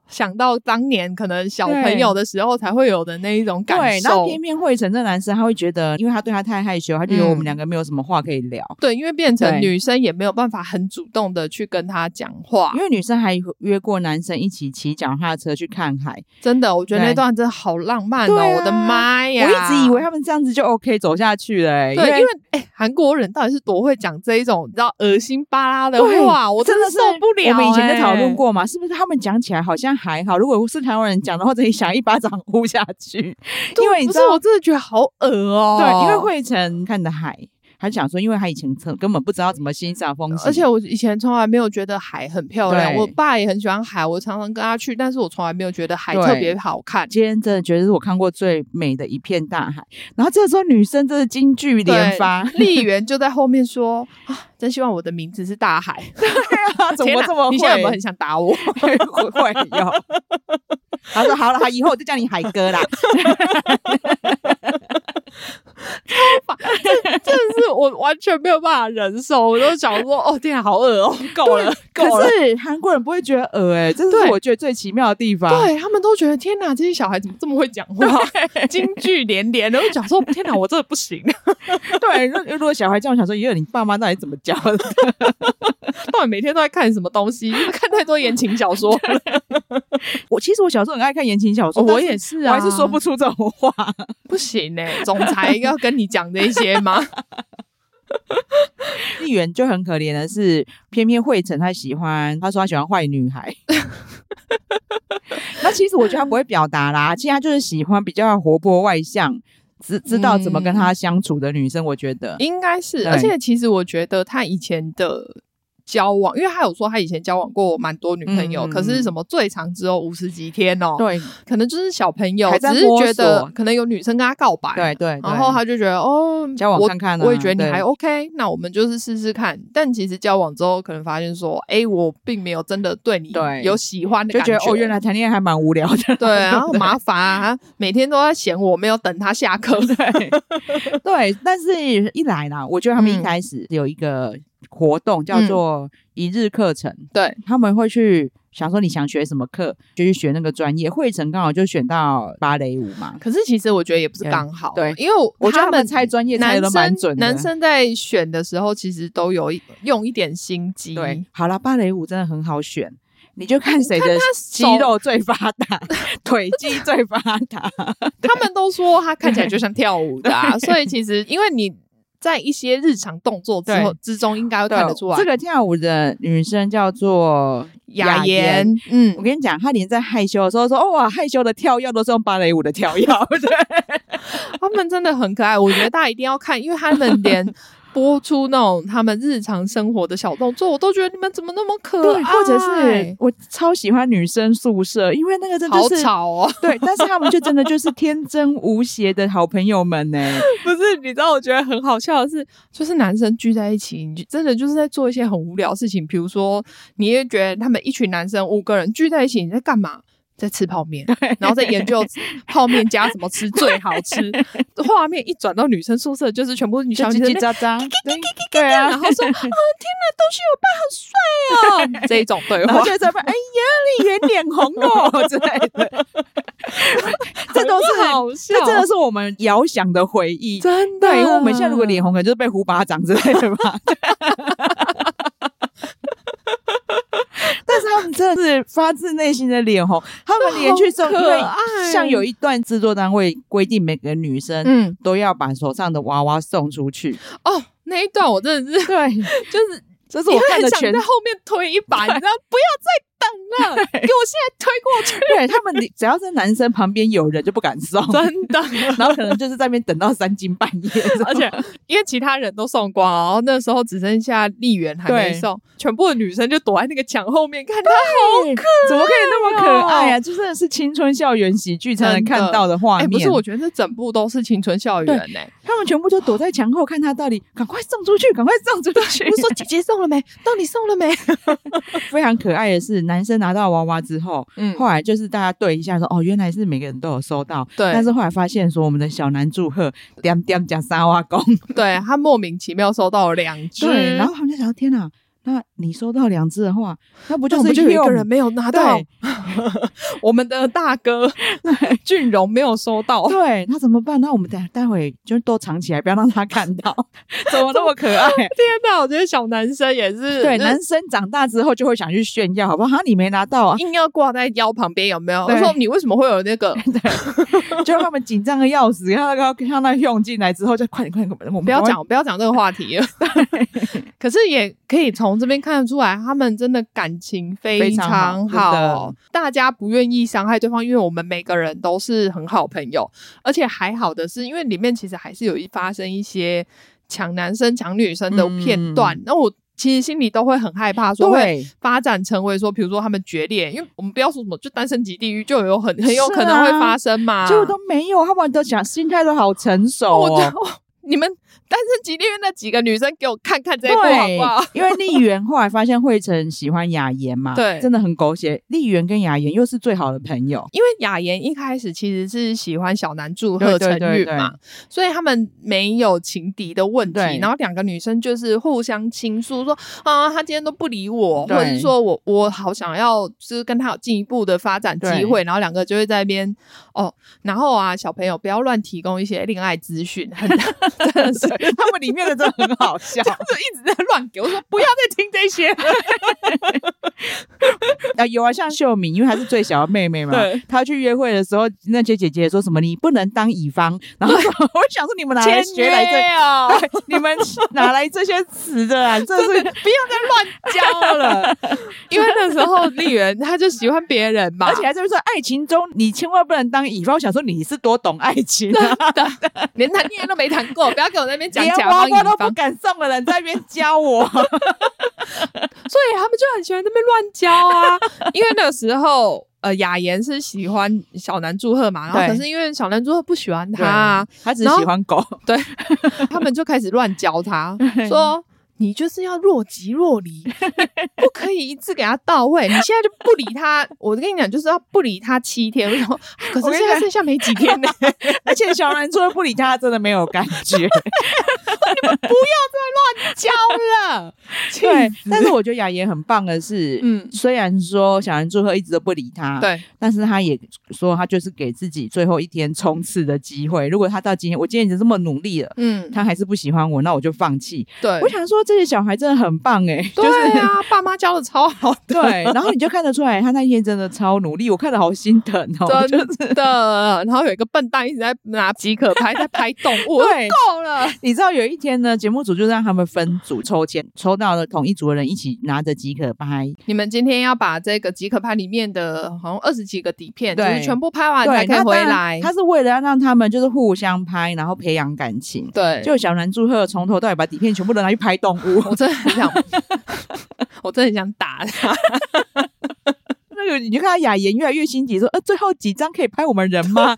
S2: 想到当年可能小朋友的时候才会有的那一种感
S1: 对，然后
S2: 受。
S1: 偏偏惠晨这男生他会觉得，因为他对他太害羞，他就觉得
S2: 嗯
S1: 我们两个没有什么话可以聊，
S2: 对，因为变成
S1: 对
S2: 女生也没有办法很主动的去跟他讲话
S1: 因，为女生还约过男生一起骑脚踏车去看海，
S2: 真的，我觉得
S1: 对
S2: 那段真的好浪漫哦！
S1: 对啊
S2: 我的妈呀，
S1: 我一直以为他们这样子就 OK 走下去了、欸，
S2: 对，因为哎，韩国人到底是多会讲这一种你知道恶心巴拉的
S1: 对
S2: 话，我
S1: 真
S2: 的
S1: 的是
S2: 受不了、
S1: 我们以前
S2: 哎
S1: 就讨论，过嘛，是不是他们讲起来好像还好，如果是台湾人讲的话，自己想一巴掌呼下去，因为你
S2: 不
S1: 知
S2: 是
S1: 道，
S2: 我真的觉得好恶哦、
S1: 对，因为惠晨看的海，他想说，因为他以前根本不知道怎么欣赏风景，
S2: 而且我以前从来没有觉得海很漂亮，
S1: 对
S2: 我爸也很喜欢海，我常常跟他去，但是我从来没有觉得海
S1: 对
S2: 特别好看。
S1: 今天真的觉得是我看过最美的一片大海。然后这时候女生真的金句连发，
S2: 丽媛就在后面说：“啊，真希望我的名字是大海。
S1: 怎
S2: 天
S1: 么
S2: 哪
S1: 这么会？
S2: 你现在有没有很想打我？
S1: 会会有。 他说好了，好，以后我就叫你海哥啦。
S2: 真的是我完全没有办法忍受，我都想说，哦天啊，好恶哦，够了，够
S1: 可
S2: 了。
S1: 是韩国人不会觉得恶哎、这
S2: 对
S1: 是我觉得最奇妙的地方。
S2: 对他们都觉得天哪，这些小孩怎么这么会讲话，金句连连，然后讲说天哪，我真的不行，
S1: 对，如如果小孩这样想说，也有你爸妈到底怎么教的？
S2: 到底每天都在看什么东西？看太多言情小说了。
S1: 我其实我小时候很爱看言情小说，
S2: 我
S1: 但
S2: 也是
S1: 哦我
S2: 啊，
S1: 还是说不出这种 话。
S2: 不行呢、
S1: 欸
S2: 总裁要跟你讲这些 吗？
S1: 丽媛就很可怜的是，偏偏惠晨她喜欢，她说她喜欢坏女孩。 那其实我觉得她不会表达啦，其实她就是喜欢比较活泼外向，知知道怎么跟她相处的女生。我觉得，
S2: 应该是，
S1: 对
S2: 而且其实我觉得他以前的交往，因为他有说他以前交往过蛮多女朋友，
S1: 嗯嗯
S2: 可是什么最长只有五十几天哦，
S1: 对
S2: 可能就是小朋友，
S1: 还
S2: 只
S1: 在
S2: 是
S1: 摸
S2: 觉得
S1: 索
S2: 可能有女生跟他告白，
S1: 对对，
S2: 然后
S1: 对
S2: 他就觉得哦，
S1: 交往
S2: 我
S1: 看看啊
S2: 我也觉得你
S1: 对
S2: 还 OK，那我们就是试试看。但其实交往之后，可能发现说，哎，我并没有真的对你
S1: 对
S2: 有喜欢的
S1: 就
S2: 感
S1: 觉得哦，原来谈恋爱还蛮无聊的。
S2: 对，然后麻烦啊，每天都在嫌我没有等他下课。
S1: 对，但是一来啦，我觉得他们一
S2: 嗯
S1: 开始有一个活动叫
S2: 嗯
S1: 做一日课程，
S2: 对，
S1: 他们会去想说你想学什么课，就去学那个专业。惠成刚好就选到芭蕾舞嘛，
S2: 可是其实我觉得也不是刚好，
S1: 对
S2: 因为我
S1: 我觉得他
S2: 们
S1: 们猜专业猜
S2: 男
S1: 的都蛮准
S2: 生
S1: 的。
S2: 男生在选的时候，其实都有一用一点心机。
S1: 对，好啦，芭蕾舞真的很好选。你就看谁的肌
S2: 手
S1: 肉最发达， 腿肌最发 达。
S2: 他们都说他看起来就像跳舞 的、啊，所以其实因为你在一些日常动作之后
S1: 对
S2: 之中，应该会看得出来。
S1: 这个跳舞的女生叫做
S2: 雅
S1: 妍
S2: 妍，
S1: 我
S2: 嗯，
S1: 跟你讲，他连在害羞的时候说：“哦，我害羞的跳跃都是用芭蕾舞的跳跃。” 对，
S2: 他们真的很可爱，我觉得大家一定要看，因为他们连播出那种他们日常生活的小动作，我都觉得你们怎么那么可爱，啊
S1: 或者是哎我超喜欢女生宿舍，因为那个真的
S2: 好
S1: 就是
S2: 吵哦。
S1: 对，但是他们就真的就是天真无邪的好朋友们呢。
S2: 不是，你知道我觉得很好笑的是，就是男生聚在一起，你就真的就是在做一些很无聊的事情，比如说，你也觉得他们一群男生五个人聚在一起，你在干嘛？在吃泡面，然后在研究泡面加什么 吃最好吃。画面一转到女生宿舍，就是全部女
S1: 就
S2: 小
S1: 叽
S2: 姐
S1: 叽
S2: 在
S1: 喳喳，对对啊，
S2: 然后 说：“啊，天哪，东旭我爸好帅哦！”这一种对
S1: 然后
S2: 话，
S1: 就在那边，哎呀，你眼脸红 哦之类的，这都是很，
S2: 好笑，
S1: 这真的是我们遥想的回忆。
S2: 真的。
S1: 对，因为我们现在如
S2: 嗯
S1: 果脸红，可能就是被胡巴掌之类的吧。但是他们真的是发自内心的脸红，他们连去送，
S2: 好
S1: 因
S2: 可
S1: 为
S2: 爱
S1: 像有一段制作单位规定，每个女生
S2: 嗯
S1: 都要把手上的娃娃送出去。
S2: 哦，那一段我真的是
S1: 对，
S2: 就是
S1: 这是我看的
S2: 你会很想
S1: 全
S2: 在后面推一把，你知道，不要 再等了，给我现在推过去。
S1: 对他们，只要是男生旁边有人就不敢送，
S2: 真的，
S1: 然后可能就是在那边等到三更半夜，
S2: 而且因为其他人都送光，然后那时候只剩下丽媛还没
S1: 对
S2: 送，全部的女生就躲在那个墙后面看她。哎
S1: 可怎么可以那么可爱啊？就真的是青春校园喜剧才能看到的画
S2: 哦哎、
S1: 面。
S2: 不是，我觉得这整部都是青春校园呢、
S1: 他们全部就躲在墙后看他到底，
S2: 嗯
S1: 赶快送出去，赶快送出去。
S2: 就说姐姐送了没？到底送了没？
S1: 非常可爱的是，男生拿到娃娃之后，
S2: 嗯
S1: 后来就是大家对一下说，哦，原来是每个人都有收到。
S2: 对
S1: 但是后来发现说，我们的小男祝贺点点加沙瓦工，
S2: 对他莫名其妙收到了两只，
S1: 对，然后他们就想，天哪，那你收到两只的话，那不
S2: 那
S1: 就
S2: 我
S1: 是
S2: 们就有一个
S1: Hume？
S2: 人没有拿
S1: 对
S2: 到， 我们的大哥俊荣没有收到，
S1: 对，那怎么办？那我们待待会就都藏起来，不要让他看 到。怎么那么可爱？
S2: 天哪！我觉得小男生也是，
S1: 对，
S2: 嗯？
S1: 男生长大之后就会想去炫耀，好不好？哈，你没拿到啊
S2: 硬要挂在腰旁边，有没有？我
S1: 对
S2: 说你为什么会有那 个？
S1: 就他们紧张的要死，让他让他用进来之后，就快点快点，我们
S2: 不要
S1: 赶快。
S2: 讲，不要讲这个话题了。 可是也可以从这边看得出来，他们真的感情非常
S1: 非常好真
S2: 好
S1: 的，
S2: 大家不愿意伤害对方，因为我们每个人都是很好朋友。而且还好的是，因为里面其实还是有一发生一些抢男生、抢女生的片段，那我。其实心里都会很害怕，说会
S1: 嗯对
S2: 发展成为说，比如说他们决裂，因为我们不要说什么就单身级地狱，就有很很有
S1: 是啊
S2: 可能会发生嘛。
S1: 结果都没有，他们都想心态都好成熟
S2: 我
S1: 哦。
S2: 就 你们单身级地狱那几个女生给我看看这一部好不好？
S1: 因为丽媛后来发现惠成喜欢雅妍嘛，
S2: 对
S1: 真的很狗血。丽媛跟雅妍又是最好的朋 友，
S2: 因为雅妍一开始其实是喜欢小南祝贺
S1: 对对
S2: 陈
S1: 对
S2: 宇
S1: 对
S2: 嘛，所以他们没有情敌的问题。
S1: 对
S2: 然后两个女生就是互相倾诉说啊，他今天都不理我，或
S1: 对
S2: 者是说我我好想要就是跟他有进一步的发展机会。然后两个就会在那边哦，然后啊，小朋友不要乱提供一些恋爱资讯，很 真的是
S1: 对他们里面的真的很好 笑。
S2: 就一直在乱给我说不要再听这些了。
S1: 啊，有啊，像秀敏，因为她是最小的妹妹嘛
S2: 对，
S1: 她去约会的时候，那些姐姐说什么你不能当乙方，然后 我想说你们哪来学来这？
S2: 哦，
S1: 对，你们哪来这些词的啊？这是
S2: 不要再乱教 了，因为那时候丽媛她就喜欢别人嘛，
S1: 而且还在那边说爱情 中你千万不能当乙方。我想说你是多懂爱情啊？
S2: 连谈恋爱都没谈过， 我，不要给我在那边讲
S1: 连
S2: 甲
S1: 娃
S2: 方
S1: 娃
S2: 乙
S1: 都
S2: 方
S1: 不，敢送的人在那边教 我，
S2: 所以他们就很喜欢在那边乱教啊。 因为那个时候，呃，雅妍是喜欢小南祝贺嘛，然后
S1: 对
S2: 可是因为小南祝贺不喜欢他、啊，
S1: 他只
S2: 然后
S1: 喜欢狗，
S2: 他们就开始乱教他，说你就是要若即若 离，你不可以一次给他到位。你现在就不理他，我跟你讲，就是要不理他七天。为什么？可
S1: 我跟你
S2: 是现在
S1: 讲
S2: 剩下没几天呢，
S1: 而且小兰说不理他，他真的没有感觉。
S2: 教了， 气
S1: 对
S2: 死，
S1: 但是我觉得雅妍很棒的是，
S2: 嗯
S1: 虽然说小兰祝贺一直都不理他，，
S2: 对
S1: 但是他也说他就是给自己最后一天冲刺的机会。如果他到今天，我今天已经这么努力了，
S2: 嗯，
S1: 他还是不喜欢我，那我就放弃。
S2: 对
S1: 我，想说这些小孩真的很棒哎、就
S2: 对
S1: 是。
S2: 啊，爸妈教的超好 的，
S1: 对，然后你就看得出来，他那天真的超努力，我看得好心疼哦。就
S2: 真的。然后有一个笨蛋一直在拿即可拍，在拍动物，
S1: 对
S2: 够了，
S1: 你知道有一天呢，节目组就让他们分组抽签，抽到了同一组的人一起拿着即可拍，
S2: 你们今天要把这个即可拍里面的，好像二十几个底片，就
S1: 对
S2: 是全部拍完
S1: 对，
S2: 啊才可以
S1: 那
S2: 回
S1: 当然
S2: 来。
S1: 他是为了要让他们就是互相拍，然后培养感情。
S2: 对，
S1: 就小南祝贺从头到尾把底片全部都拿去拍动物
S2: ，我真的很想，我真的很想打他。
S1: 那个你就看到雅妍越来越心急，说：“呃，最后几张可以拍我们人 吗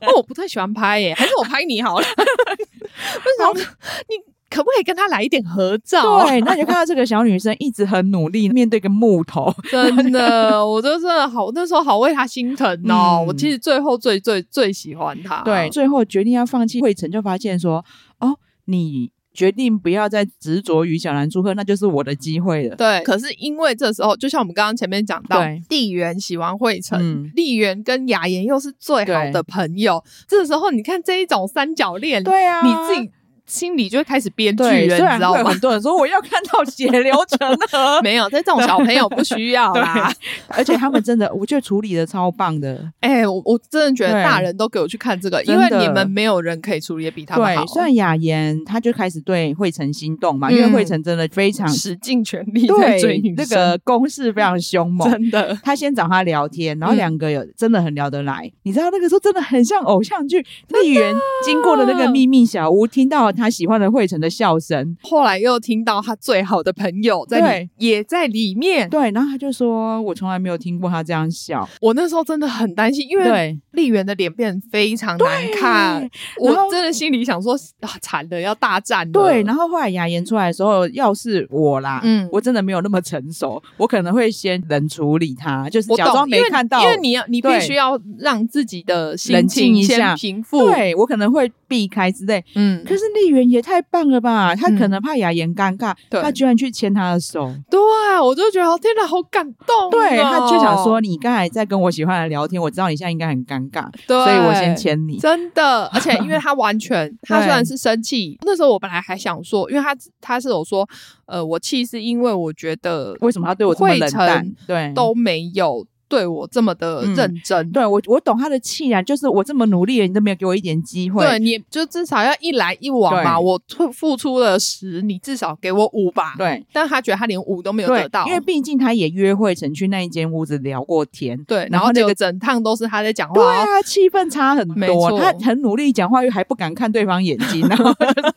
S2: 哦，我不太喜欢拍耶，还是我拍你好了。 为什么？你可不可以跟他来一点合？”照啊？
S1: 对，那你就看到这个小女生一直很努力面对个木头，
S2: 真的，我就真的好，那时候好为他心疼哦。
S1: 嗯
S2: 我其实最后最最最喜欢他。
S1: 对，最后决定要放弃惠成，就发现说：“哦，你决定不要再执着于小南祝贺，那就是我的机会了。”
S2: 对，可是因为这时候，就像我们刚刚前面讲到
S1: 对，
S2: 丽媛喜欢惠成
S1: 嗯，
S2: 丽媛、跟雅妍又是最好的朋友。这时候，你看这一种三角恋，
S1: 对啊，
S2: 你自己心里就会开始编剧
S1: 对，
S2: 了，
S1: 虽
S2: 你
S1: 然
S2: 知道
S1: 会有
S2: 吗
S1: 很？多人说我要看到血流成 河，
S2: 没有，在这种小朋友不需要 啦。
S1: 而且他们真的，我觉得处理的超棒 的。
S2: 哎、我我真的觉得
S1: 对
S2: 大人都给我去看这个，因
S1: 真
S2: 为
S1: 的
S2: 你们没有人可以处理的比他们好
S1: 对，，虽然雅妍她就开始对惠成心动嘛，因为
S2: 嗯
S1: 惠成真的非常
S2: 使尽全力在追
S1: 对
S2: 女
S1: 那
S2: 生，
S1: 个攻势非常凶猛。
S2: 真的。
S1: 他先找他聊天，然后
S2: 嗯
S1: 两个有真的很聊得来。你知道那个时候真的很像偶像剧，
S2: 啊
S1: 丽媛经过了那个秘密小屋，听到了他喜欢的惠成的笑声，
S2: 后来又听到他最好的朋友在里
S1: 对
S2: 也在里面，
S1: 对，然后他就说：“我从来没有听过他这样笑。
S2: 我那时候真的很担心，因”为
S1: 对，
S2: 丽媛的脸变得非常难看，
S1: 然
S2: 我
S1: 后
S2: 真的心里想说啊，惨了，要大战了。
S1: 对，然后后来雅妍出来的时候，要是我啦，
S2: 嗯
S1: 我真的没有那么成熟，我可能会先冷处理他，就是
S2: 我
S1: 假
S2: 懂
S1: 装没
S2: 因为
S1: 看到，
S2: 因为你要你必
S1: 对
S2: 须要让自己的心
S1: 冷静
S2: 情
S1: 一
S2: 先
S1: 下
S2: 平复，
S1: 对我可能会避开之类。
S2: 嗯，
S1: 可是丽媛也太棒了吧，她可能怕雅妍尴尬，
S2: 对
S1: 她居然去牵她的手。
S2: 对，我就觉得天哪，好感动、哦。
S1: 对，她就想说，你刚才在跟我喜欢的人聊天，我知道你现在应该很尴尬，
S2: 对，
S1: 所以我先。牵 你。
S2: 真的，而且因为他完 全，他虽然是生气，那时候我本来还想说，因为他他是有说，呃，我气是因为我觉得
S1: 为什么她对我这么冷淡？对，
S2: 都没有对我这么的认真，
S1: 嗯对我我懂她的气啊，就是我这么努力了，你都没有给我一点机会。
S2: 对，你就至少要一来一往嘛，
S1: 对
S2: 我付付出了十，你至少给我五吧。，
S1: 对
S2: 但他觉得他连五都没有
S1: 对
S2: 得到，
S1: 因为毕竟她也约会成去那一间屋子聊过天。
S2: 对，然
S1: 然
S2: 后
S1: 后那
S2: 这
S1: 个
S2: 个整趟都是他在讲话，
S1: 对啊，气氛差很
S2: 没
S1: 多。
S2: 错
S1: 她很努力讲话，又还不敢看对方眼睛，然后就是，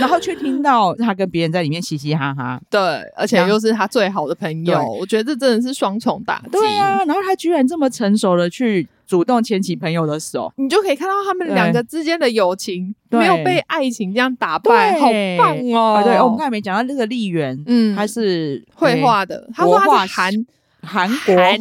S1: 然后却听到她跟别人在里面嘻嘻哈哈。
S2: 对，而且又是他最好的朋友，
S1: 啊对
S2: 我觉得这真的是双重打击。
S1: 对啊，然后她居然这么成熟的去主动牵起朋友的手。
S2: 你就可以看到他们两个之间的友情
S1: 对
S2: 没有被爱情这样打败，好
S1: 对
S2: 棒哦！
S1: 啊，对，哦我们刚才没讲到那个丽媛，
S2: 嗯
S1: 她是
S2: 绘
S1: 诶
S2: 画的，他说
S1: 国
S2: 他
S1: 画
S2: 是韩
S1: 韩国
S2: 韩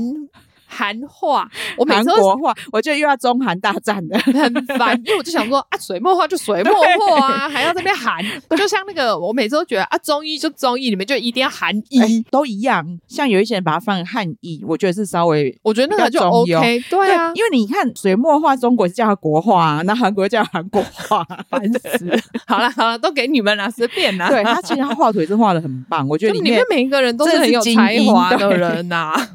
S2: 韩画，我每
S1: 韩
S2: 次都
S1: 国画，我觉得又要中韩大战 的。
S2: 很烦，因为我就想说啊，水墨画就水墨画啊，还要这边韩，就像那个我每次都觉得啊，中医就中医，你们就一定要韩医。
S1: 诶都一样，像有一些人把它放汉译，我觉得是稍微
S2: 我觉得那个
S1: 比
S2: 就
S1: 较中哦庸
S2: OK，对啊，
S1: 因为你看水墨画，中国是叫它国画、啊，那韩国叫它韩国画、啊
S2: 烦死了。好了好了，都给你们啦，随便啦。
S1: 对他其实他画图也是画的很棒，我觉
S2: 就
S1: 得
S2: 里
S1: 里
S2: 面
S1: 面，
S2: 每一个人都是
S1: 真的
S2: 很
S1: 是
S2: 有
S1: 精
S2: 才
S1: 英
S2: 华的
S1: 对
S2: 人啊呐、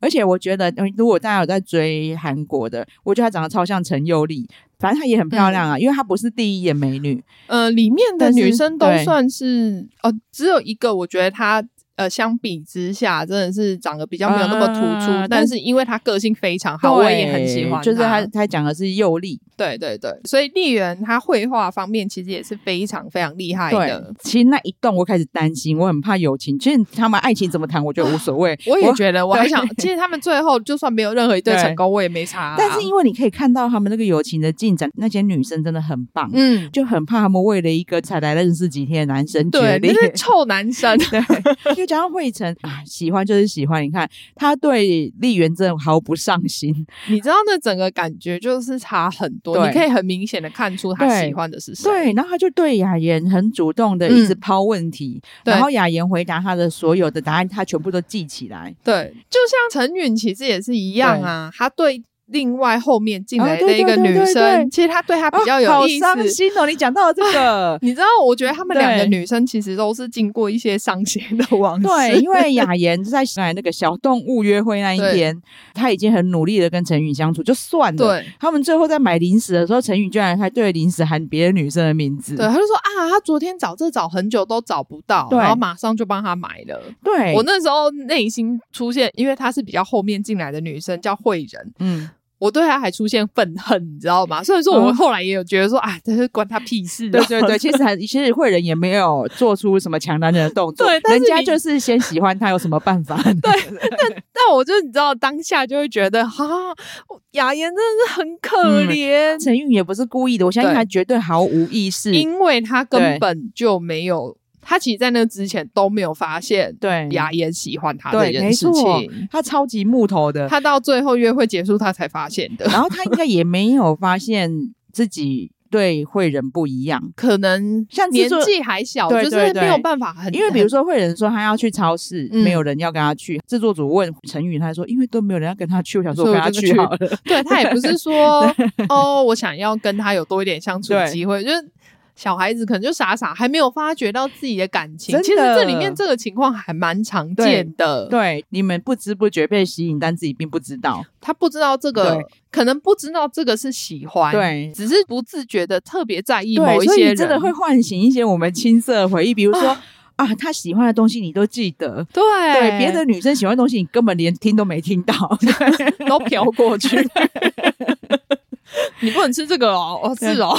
S1: 而且我觉得呃如果大家有在追韩国的，我觉得她长得超像陈宥丽，反正她也很漂亮啊，因为她不是第一眼美女，
S2: 呃，里面的
S1: 但是
S2: 女生都哦
S1: 对
S2: 算是呃，只有一个，我觉得她呃相比之下，真的是长得比较没有那么突出，
S1: 啊但
S2: 但是因为他个性非常好，我也很喜
S1: 对
S2: 欢。
S1: 就是
S2: 他
S1: 他，他讲的是右力，
S2: 对对对，所以丽媛她绘画方面其实也是非常非常厉害
S1: 对
S2: 的。，
S1: 其实那一段我开始担心，我很怕友情。其实他们爱情怎么谈，我觉得无所谓
S2: 。我也
S1: 我
S2: 觉得，我还想，其实他们最后就算没有任何一对
S1: 对
S2: 成功，我也没差啦。啊
S1: 但是因为你可以看到他们那个友情的进展，那些女生真的很棒，
S2: 嗯，
S1: 就很怕他们为了一个才来认识几天的男生决
S2: 对，
S1: 裂
S2: 那。是臭男生。
S1: 对， 因为加上惠成啊，喜欢就是喜欢。你看他对丽媛真的毫不上心，
S2: 你知道那整个感觉就是差很多，
S1: 对
S2: 你可以很明显的看出他
S1: 对
S2: 喜欢的是谁。
S1: 对，然后他就对雅妍很主动的一直抛问题，
S2: 嗯对
S1: 然后雅妍回答他的所有的答案，他全部都记起来。
S2: 对，就像陈允其实也是一样啊，他对哦另外后面进来
S1: 啊
S2: 的
S1: 对
S2: 一个
S1: 对对
S2: 女
S1: 对对
S2: 生，其实他对她比较
S1: 啊
S2: 有
S1: 好
S2: 意
S1: 伤
S2: 思。，
S1: 心哦！你讲到这个
S2: 你知道，我觉得他们两个
S1: 对
S2: 女生其实都是经过一些伤心的往事。
S1: 对，因为雅妍在来那个小动物约会那一
S2: 对
S1: 天，她已经很努力的跟陈宇相处，就算了。，
S2: 对
S1: 他们最后在买零食的时候，陈宇居然还对零食喊别的女生的名字。
S2: 对，他就说啊，他昨天找这找很久都找不到，
S1: 对
S2: 然后马上就帮他买了。
S1: 对，
S2: 我那时候内心出现，因为她是比较后面进来的女生，叫慧仁，
S1: 嗯，
S2: 我对他还出现愤恨，你知道吗？虽然说我后来也有觉得说，啊，这是关他屁事、啊
S1: 对对对，，其实还其实慧仁也没有做出什么强男人的动作，
S2: 对但是
S1: 人家
S2: 你
S1: 就是先喜欢他，有什么办法？对，
S2: 但我就你知道，当下就会觉得，哈、雅妍真的是很
S1: 嗯
S2: 可怜，
S1: 陈宇也不是故意的，我相信
S2: 对
S1: 他绝对毫无意识。
S2: 因为他根
S1: 对
S2: 本就没有，他其实在那之前都没有发现
S1: 对
S2: 雅妍喜欢他这
S1: 嗯对，
S2: 件
S1: 没
S2: 事
S1: 错
S2: 情，，
S1: 他超级木头的，
S2: 他到最后约会结束，他才发现的。
S1: 然后他应该也没有发现自己对慧仁不一样。
S2: 可能
S1: 像制
S2: 年
S1: 作
S2: 纪还小，
S1: 对
S2: 就是
S1: 对
S2: 没有
S1: 对
S2: 办法很，
S1: 因为比如说，会有人说他要去超市，
S2: 嗯
S1: 没有人要跟他去。制作组问陈宇，他说因为都没有人要跟他 去，我想说
S2: 所以
S1: 跟
S2: 我
S1: 他
S2: 就
S1: 去
S2: 去
S1: 好了。
S2: 对他也不是说哦，我想要跟他有多一点相处
S1: 对
S2: 机会，就是小孩子可能就傻傻还没有发觉到自己的感情。
S1: 真的
S2: 其实这里面这个情况还蛮常见的，
S1: 对，你们不知不觉被吸引，但自己并不知道。
S2: 他不知道这个
S1: 对，
S2: 可能不知道这个是喜欢，，
S1: 对。
S2: 只是不自觉的特别在意某
S1: 对，
S2: 一
S1: 所
S2: 些
S1: 以
S2: 人，
S1: 真的会唤醒一些我们青涩的回忆，比如 说啊，他喜欢的东西你都记得，
S2: 对
S1: 对，别 的女生喜欢的东西你根本连听都没听到，对
S2: 都飘过去。 你不能吃这个哦，哦是哦，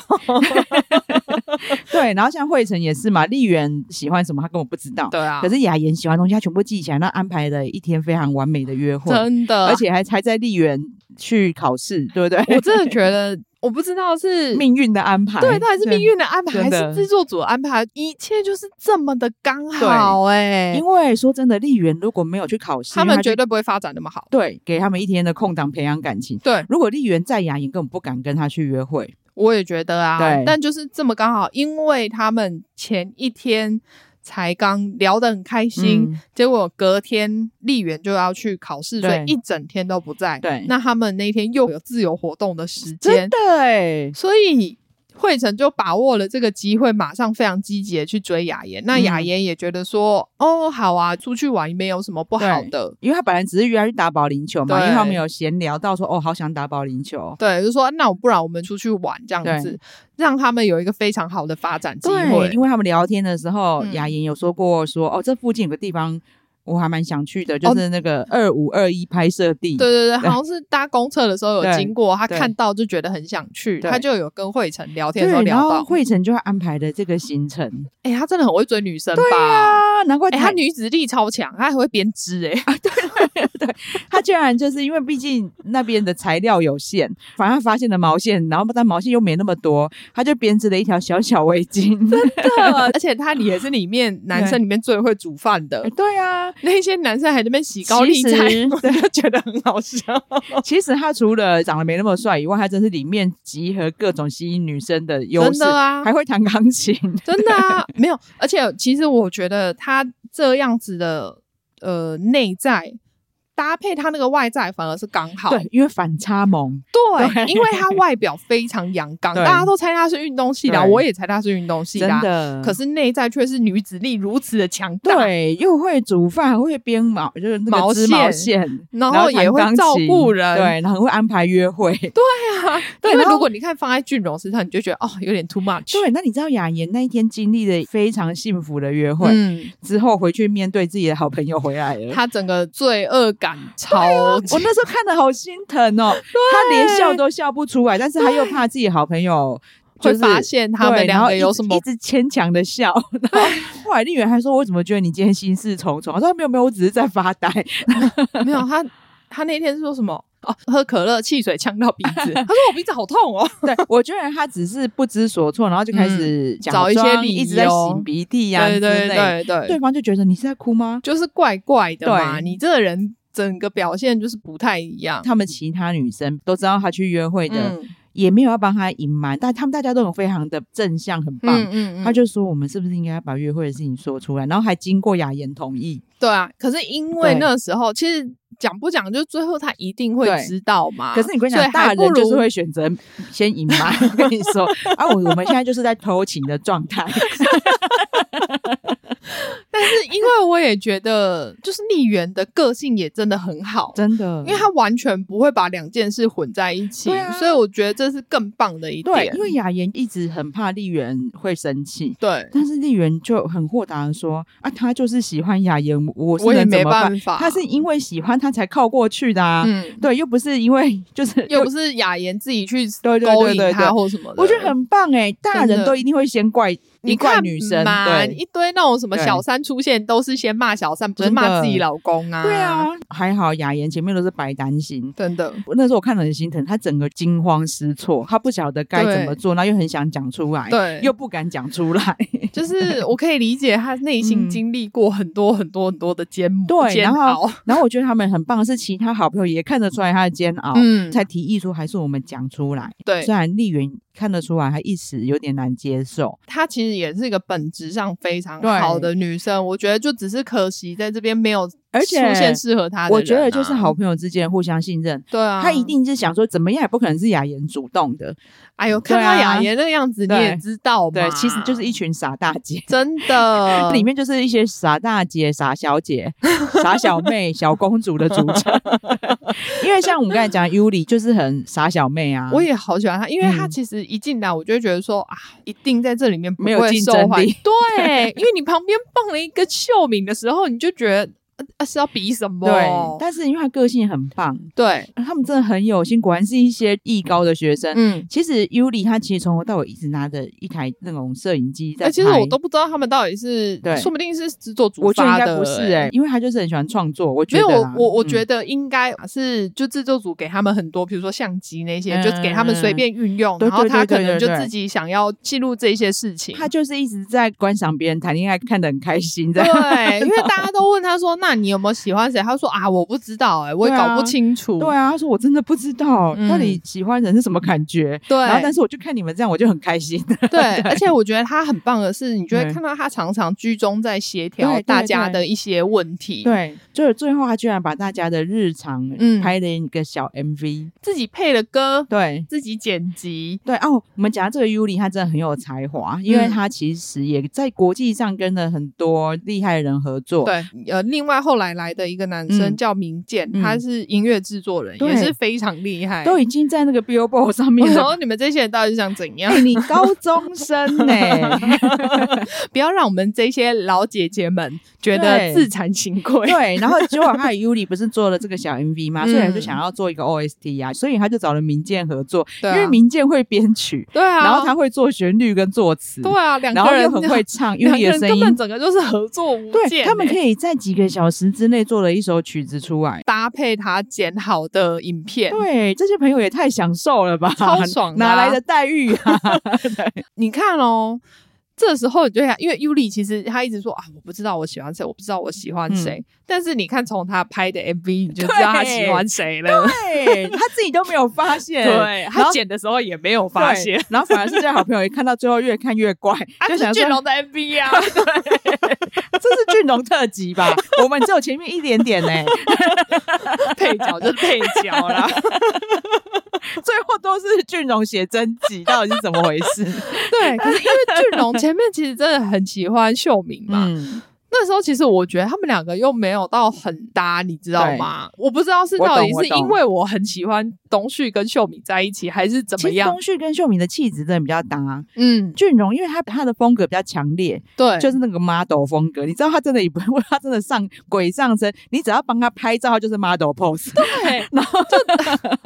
S1: 对。然后像惠成也是嘛，丽媛喜欢什么她根本不知道，
S2: 对啊
S1: 可，是雅妍喜欢的东西她全部记起来，那安排了一天非常完美的约会，
S2: 真的，
S1: 而且还还在丽园去考试，对不对？
S2: 我真的觉得，我不知道 是
S1: 命运的安排，
S2: 对，到底是命运的安排，还
S1: 真的
S2: 是制作组的安排？一切就是这么的刚好哎、
S1: 对。因为说真的，丽园如果没有去考试，
S2: 他们
S1: 就
S2: 绝对不会发展那么好。
S1: 对给他们一天的空档培养感情。
S2: 对，
S1: 如果丽园在雅妍根本不敢跟他去约会，
S2: 我也觉得啊
S1: 对，
S2: 但就是这么刚好，因为他们前一天才刚聊得很开心，
S1: 嗯
S2: 结果隔天丽媛就要去考试，所以
S1: 对
S2: 一整天都不在。
S1: 对
S2: 那他们那天又有自由活动的时
S1: 真，
S2: 间
S1: 的哎，
S2: 所以惠成就把握了这个机会，马上非常积极的去追雅妍。那雅
S1: 嗯
S2: 妍也觉得说，哦，好啊，出去玩没有什么不好的。
S1: 因为他本来只是约他去打保龄球嘛，
S2: 对
S1: 因为他们有闲聊到说哦，好想打保龄球。
S2: 对，就说那我不然我们出去玩这样子
S1: 对，
S2: 让他们有一个非常好的发展机
S1: 对，
S2: 会
S1: 因。为他们聊天的时候，
S2: 嗯
S1: 雅妍有说过说哦，这附近有个地方我还蛮想去的，就是那个二五二一拍摄地。
S2: 哦对对对，好像是搭公厕的时候有
S1: 对
S2: 经过，他
S1: 对
S2: 看到就觉得很想去，
S1: 对
S2: 他就有跟惠成聊天
S1: 对，
S2: 的时候
S1: 然
S2: 聊
S1: 后
S2: 到，
S1: 惠成就会安排的这个行程，
S2: 哎、他真的很会追女生吧？
S1: 啊，难怪
S2: 哎、
S1: 他、
S2: 他女子力超强，他还会编织哎、
S1: 他居然就是因为毕竟那边的材料有限，反而发现了毛线，然后但毛线又没那么多，他就编织了一条小小围巾。
S2: 的， 而且他也是里 面男生里面最会煮饭的
S1: 哎，对啊，
S2: 那些男生还在那边洗高利
S1: 其
S2: 贷，
S1: 实
S2: 我 就觉得很好笑。
S1: 其实他除了长得没那么帅以外，他真是里面集合各种吸引女生的优
S2: 真
S1: 势，
S2: 的啊
S1: 还会弹钢琴。
S2: 真的啊，没有。而且其实我觉得他这样子的呃内在搭配他那个外在反而是刚好。
S1: 对，因为反差萌，
S2: 对
S1: 对
S2: 因为他外表非常阳 刚，
S1: 对
S2: 大家都猜他是运动系的啊，
S1: 对
S2: 我也猜他是运动系
S1: 真
S2: 啊。
S1: 的。
S2: 可是内在却是女子力如此的强大，
S1: 对，又会煮饭，还会编毛，就是那
S2: 毛
S1: 个织毛
S2: 线
S1: 线，
S2: 然后
S1: 后
S2: 也
S1: 弹
S2: 会
S1: 钢
S2: 照
S1: 琴
S2: 顾人
S1: 对，然后会安排约会。
S2: 对啊，
S1: 对
S2: 因为
S1: 然后
S2: 如果你看放在俊荣身上，你就觉得哦，有点 too much。
S1: 对，那你知道雅妍那一天经历了非常幸福的约会、
S2: 嗯，
S1: 之后，回去面对自己的好朋友回来了。
S2: 他整个罪恶感超级
S1: 啊我那时候看的好心疼哦，他连笑都笑不出来，但是他又怕自己好朋友、
S2: 会
S1: 就是
S2: 发现他们
S1: 对然
S2: 两
S1: 后
S2: 个
S1: 一
S2: 有
S1: 直
S2: 什么
S1: 一直牵强的 笑。然后后来丽媛还说：“我怎么觉得你今天心事重重？”我说：“没有没有，我只是在发呆。
S2: 没有他，他那天说什么？哦，喝可乐，汽水呛到鼻 子。他说我鼻子好痛哦。
S1: 对，我觉得他只是不知所措，然后就开始假
S2: 嗯找一些
S1: 装
S2: 理
S1: 啊一直在
S2: 由
S1: 擤鼻涕呀、
S2: 对对
S1: 之类
S2: 对对，
S1: 对方就觉得你是在哭吗？
S2: 就是怪怪的嘛。
S1: 对
S2: 你这个人整个表现就是不太一样。
S1: 他们其他女生都知道他去约会的，
S2: 嗯
S1: 也没有要帮他隐瞒，但他们大家都很非常的正向，很棒。
S2: 嗯嗯，
S1: 他就说：“我们是不是应该把约会的事情说出来？”然后还经过雅妍同意。
S2: 对啊。可是因为
S1: 对
S2: 那时候其实。讲不讲，就最后他一定会
S1: 对
S2: 知道嘛。
S1: 可是你跟你
S2: 啊所
S1: 讲，
S2: 以
S1: 大
S2: 还不
S1: 人就是
S2: 如
S1: 会选择先隐 瞒。我跟你说，啊，我我们现在就是在偷情的状 态。
S2: 但是因为我也觉得，就是丽媛的个性也真的很好，
S1: 真的，
S2: 因为她完全不会把两件事混在一起，
S1: 对啊
S2: 所以我觉得这是更棒的一
S1: 对，
S2: 点
S1: 因。为雅妍一直很怕丽媛会生气，
S2: 对，
S1: 但是丽媛就很豁达的说：“啊，她就是喜欢雅妍，我是
S2: 我也
S1: 能怎
S2: 没
S1: 么办
S2: 办法。
S1: 她是因为喜欢她才靠过去的啊。
S2: 嗯，
S1: 对，又不是因为就是
S2: 又不是雅妍自己去
S1: 对对对
S2: 勾
S1: 对对
S2: 引他或什么的，
S1: 我觉得很棒哎、大
S2: 真的
S1: 人都一定会先怪
S2: 你
S1: 怪
S2: 看
S1: 女生，
S2: 嘛，
S1: 对。
S2: 一堆那种什么
S1: 对
S2: 小三出现，都是先骂小三，不是
S1: 真的
S2: 骂自己老公啊。
S1: 对啊，，还好雅妍前面都是白担心。
S2: 真的，
S1: 那时候我看了很心疼，她整个惊慌失措，她不晓得该怎么
S2: 对
S1: 做，然后又很想讲出来，
S2: 对
S1: 又不敢讲出来，
S2: 就是我可以理解他内心
S1: 嗯
S2: 经历过很多很多很多的煎磨
S1: 对。
S2: 煎
S1: 然后
S2: 熬。，
S1: 然后我觉得他们很棒，是其他好朋友也看得出来她的煎熬，
S2: 嗯，
S1: 才提议说还是我们讲出来。
S2: 对
S1: 虽，然丽媛看得出来，她一时有点难接受，
S2: 她其实也是一个本质上非常
S1: 对
S2: 好的女生，我觉得就只是可惜在这边没有
S1: 而且
S2: 出现适合她的人啊。
S1: 我觉得就是好朋友之间的互相信任。
S2: 对啊，
S1: 她一定是想说，怎么样也不可能是雅妍主动的，
S2: 哎呦，
S1: 对
S2: 看
S1: 啊
S2: 到雅妍那个样子，你
S1: 对
S2: 也知道嘛，
S1: 对，其实就是一群傻大姐，
S2: 真 的
S1: 里面就是一些傻大姐、傻小姐、
S2: 嗯
S1: 傻小妹、小公主的组成。 因为像我们刚才讲的 Yuli 就是很傻小妹啊，
S2: 我也好喜欢他，因为他
S1: 嗯
S2: 其实一进来，我就会觉得说、啊，一定在这里面不
S1: 没有
S2: 会
S1: 竞
S2: 受
S1: 争
S2: 欢迎
S1: 力。
S2: 对，因为你旁边放了一个秀敏的时候，你就觉得呃啊是要比什么？
S1: 对，但是因为她个性很棒，
S2: 对，
S1: 他们真的很有心，果然是一些艺高的学生。
S2: 嗯。
S1: 其实 Yuli 她其实从头到尾一直拿着一台那种摄影机在
S2: 哎、
S1: 拍，
S2: 其实我都不知道他们到底是，
S1: 对
S2: 说不定是制作组
S1: 我觉得应
S2: 发的、欸
S1: 该不是哎、因为她就是很喜欢创作，我觉
S2: 没
S1: 得
S2: 有我
S1: 啦
S2: 我我
S1: 嗯
S2: 觉得应该是就制作组给他们很多，比如说相机那些，
S1: 嗯
S2: 就给他们随便运用，
S1: 对
S2: 然后
S1: 对
S2: 他
S1: 对
S2: 可
S1: 对
S2: 能就
S1: 对对
S2: 自己想要记录这些事情。
S1: 她就是一直在观赏别人谈恋爱，看得很开心这样。
S2: 对， 因为大家都问他说：“那你有没有喜欢谁？”他说：“啊，我不知道、哎，我也
S1: 对啊
S2: 搞不清 楚。
S1: 对啊，他说我真的不知道
S2: 嗯
S1: 到底喜欢人是什么感觉。
S2: 对
S1: 然后，但是我就看你们这样，我就很开心。
S2: 对，嗯而且我觉得他很棒的是，你就会
S1: 对
S2: 看到他常常居中在协调
S1: 对对
S2: 大家
S1: 对
S2: 的一些问 题，
S1: 对，就是最后他居然把大家的日常哎
S2: 嗯
S1: 拍了一个小 MV、
S2: 自己配了歌，
S1: 对。
S2: 自己剪辑，
S1: 对哦，我们讲到这个 Yuli，他真的很有才华，因为
S2: 嗯
S1: 他其实也在国际上跟了很多厉害的人合作。
S2: 对，呃，另外后来来的一个男生
S1: 嗯
S2: 叫明健，
S1: 嗯
S2: 他是音乐制作人，
S1: 对
S2: 也是非常厉害。
S1: 都已经在那个 Billboard 上面
S2: 然
S1: 了。
S2: 后你们这些人到底是想怎样
S1: 哎、？你高中生呢、
S2: 不要让我们这些老姐姐们觉得
S1: 对
S2: 自惭形愧。
S1: 对，然后结果他的 Yuli 不是做了这个小 MV 吗？所以他就
S2: 嗯
S1: 想要做一个 OST 呀、啊所以他就找了民建合作，
S2: 对啊
S1: 因为民建会编曲，
S2: 对啊，
S1: 然后他会做旋律跟作词，
S2: 对啊，两
S1: 然
S2: 个
S1: 后
S2: 人
S1: 又很会唱
S2: 两
S1: Yuli 的
S2: 个人
S1: 声
S2: 根本
S1: 音，
S2: 整个就是合作无间欸、
S1: 对他们可以在几个小时之内做了一首曲子出来。
S2: 搭配他剪好的影片。
S1: 对，这些朋友也太享受了吧，
S2: 超爽的
S1: 哪
S2: 啊
S1: 来的待遇啊？
S2: 你看哦，这时候你就想，因为 Yuli 其实他一直说啊，我不知道我喜欢谁，我不知道我喜欢谁。但是你看从他拍的 MV，你就知道他喜欢谁了。
S1: 对，他自己都没有发现，
S2: 对，
S1: 然
S2: 他
S1: 后
S2: 剪的时候也没有发现
S1: 对。然后反而是这些好朋友一看到最后越看越 怪，
S2: 啊，
S1: 就
S2: 这是
S1: 想
S2: 俊
S1: 说
S2: 龙的 MV 啊，
S1: 这是俊龙特辑 吧？我们只有前面一点点呢、
S2: 配角就是配角 啦。
S1: 最后都是俊荣写真集，到底是怎么回事？
S2: 对，可是因为俊龙前面其实真的很喜欢秀敏嘛，
S1: 嗯，
S2: 那时候其实我觉得他们两个又没有到很搭，你知道吗？我不知道是
S1: 我懂
S2: 到底
S1: 我
S2: 是因
S1: 懂
S2: 为我很喜欢东旭跟秀敏在一起，还是怎么
S1: 其实
S2: 样
S1: 东？旭跟秀敏的气质真的比较搭。
S2: 嗯，
S1: 俊荣，因为他他的风格比较强烈，
S2: 对，
S1: 就是那个 model 风格，你知道他真的也不会，他真的上鬼上身，你只要帮他拍照，他就是 model pose。
S2: 对，然后就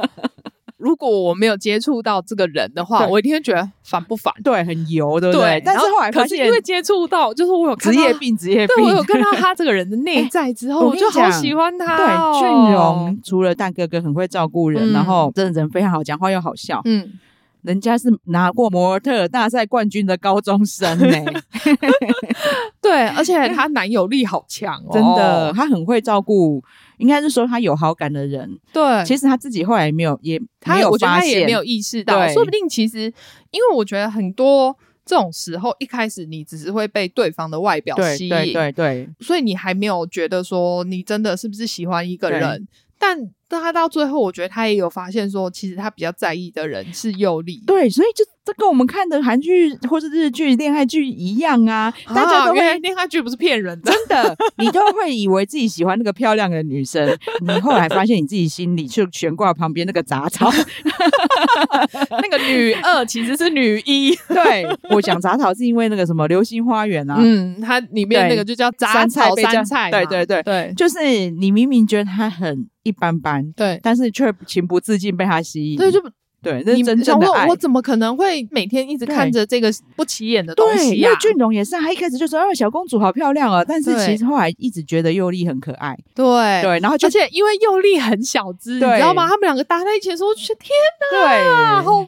S2: 如果我没有接触到这个人的话，
S1: 对
S2: 我一定会觉得烦不烦？
S1: 对，很油，对不
S2: 对，
S1: 但是
S2: 然
S1: 后来发
S2: 可是
S1: 现
S2: 因为接触到，就是我有看
S1: 职
S2: 到
S1: 业
S2: 他，
S1: 病，职业
S2: 对
S1: 病
S2: 我。有看到他这个人的内在之后，
S1: 我
S2: 我
S1: 跟你
S2: 就好
S1: 讲
S2: 喜欢他、哦
S1: 对，俊荣，除了大哥哥很会照顾人，
S2: 嗯
S1: 然后真的人非常好，讲话又好笑，
S2: 嗯，
S1: 人家是拿过模特儿大赛冠军的高中生呢、
S2: 对，而且他男友力好强哦，
S1: 真的，，他很会照顾，应该是说他有好感的人。
S2: 对，
S1: 其实他自己后来也没有，也
S2: 他
S1: 没有
S2: 我觉得
S1: 发
S2: 他也
S1: 现，
S2: 没有意识到，
S1: 对
S2: 说不定其实因为我觉得很多这种时候，一开始你只是会被对方的外表
S1: 对
S2: 吸引，
S1: 对对对，
S2: 所以你还没有觉得说你真的是不是喜欢一个人，但但他到最后，我觉得他也有发现说，其实他比较在意的人是佑利。
S1: 对，所以就这跟我们看的韩剧或是日剧、恋爱剧一样啊，
S2: 啊，
S1: 大家都会
S2: 原来恋爱剧不是骗人的，
S1: 真的，你都会以为自己喜欢那个漂亮的女生，你后来发现你自己心里却悬挂旁边那个杂 草。
S2: 那个女二其实是女一。
S1: 对我讲杂草是因为那个什么《流星花园》啊，
S2: 嗯，它里面
S1: 对
S2: 那个就叫杂
S1: 山菜
S2: 草
S1: 被叫
S2: 山菜嘛，
S1: 对对对
S2: 对
S1: 就是你明明觉得她很一般般，
S2: 对
S1: 但是却情不自禁被她吸引。
S2: 对，就
S1: 对，那是
S2: 你
S1: 真正
S2: 想
S1: 的
S2: 问
S1: 爱
S2: 我。怎么可能会每天一直
S1: 对
S2: 看着这个不起眼的东
S1: 对，
S2: 西
S1: 因
S2: 呀、
S1: 为俊荣也是啊，他一开始就说：“哦，小公主好漂亮哦。”但是
S2: 对
S1: 其实后来一直觉得佑丽很可爱，
S2: 对
S1: 对，然后就
S2: 而且因为佑利很小只，你
S1: 对
S2: 知道吗？他们两个搭在一起的时候，我觉得天
S1: 对，
S2: 啊，好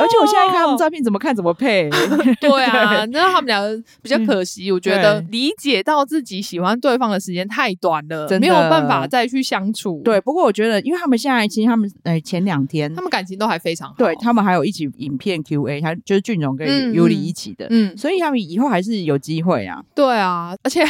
S1: 而且我现在看他们照片，怎么看怎么配。
S2: 对啊，那他们两个比
S1: 嗯
S2: 较可惜，我觉得理解到自己喜欢对方的时间太短了，
S1: 真的
S2: 没有办法再去相处。，
S1: 对，不过我觉得，因为他们现在其实他们呃前两天
S2: 他，们感情都还非常好。
S1: 对他们还有一起影片 Q&A，他就是俊荣
S2: 嗯
S1: 跟尤里
S2: 嗯
S1: 一起的，
S2: 嗯，
S1: 所以他们以后还是有机会啊。
S2: 对啊，而且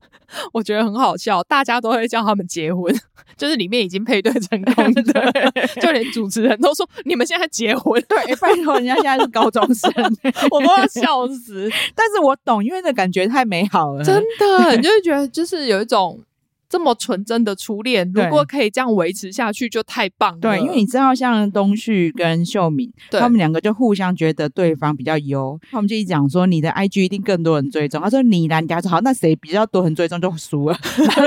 S2: 我觉得很好笑，大家都会叫他们结婚， 就是里面已经配对成 功的， 就连主持人都说你们现在结婚，
S1: 对，诶哎拜托，人家现在是高中生，
S2: 我都要笑死。
S1: 但是我懂，因为那感觉太美好了，
S2: 真的， 你就会觉得就是有一种。这么纯真的初恋，如
S1: 对
S2: 果可以这样维持下去，就太棒了。
S1: 对，因为你知道，像东旭跟秀敏，
S2: 嗯对
S1: 他们两个就互相觉得对方比较优，他们就一讲说你的 IG 一定更多人追踪，他说你啦，你讲说好，那谁比较多人追踪就输了。 然后就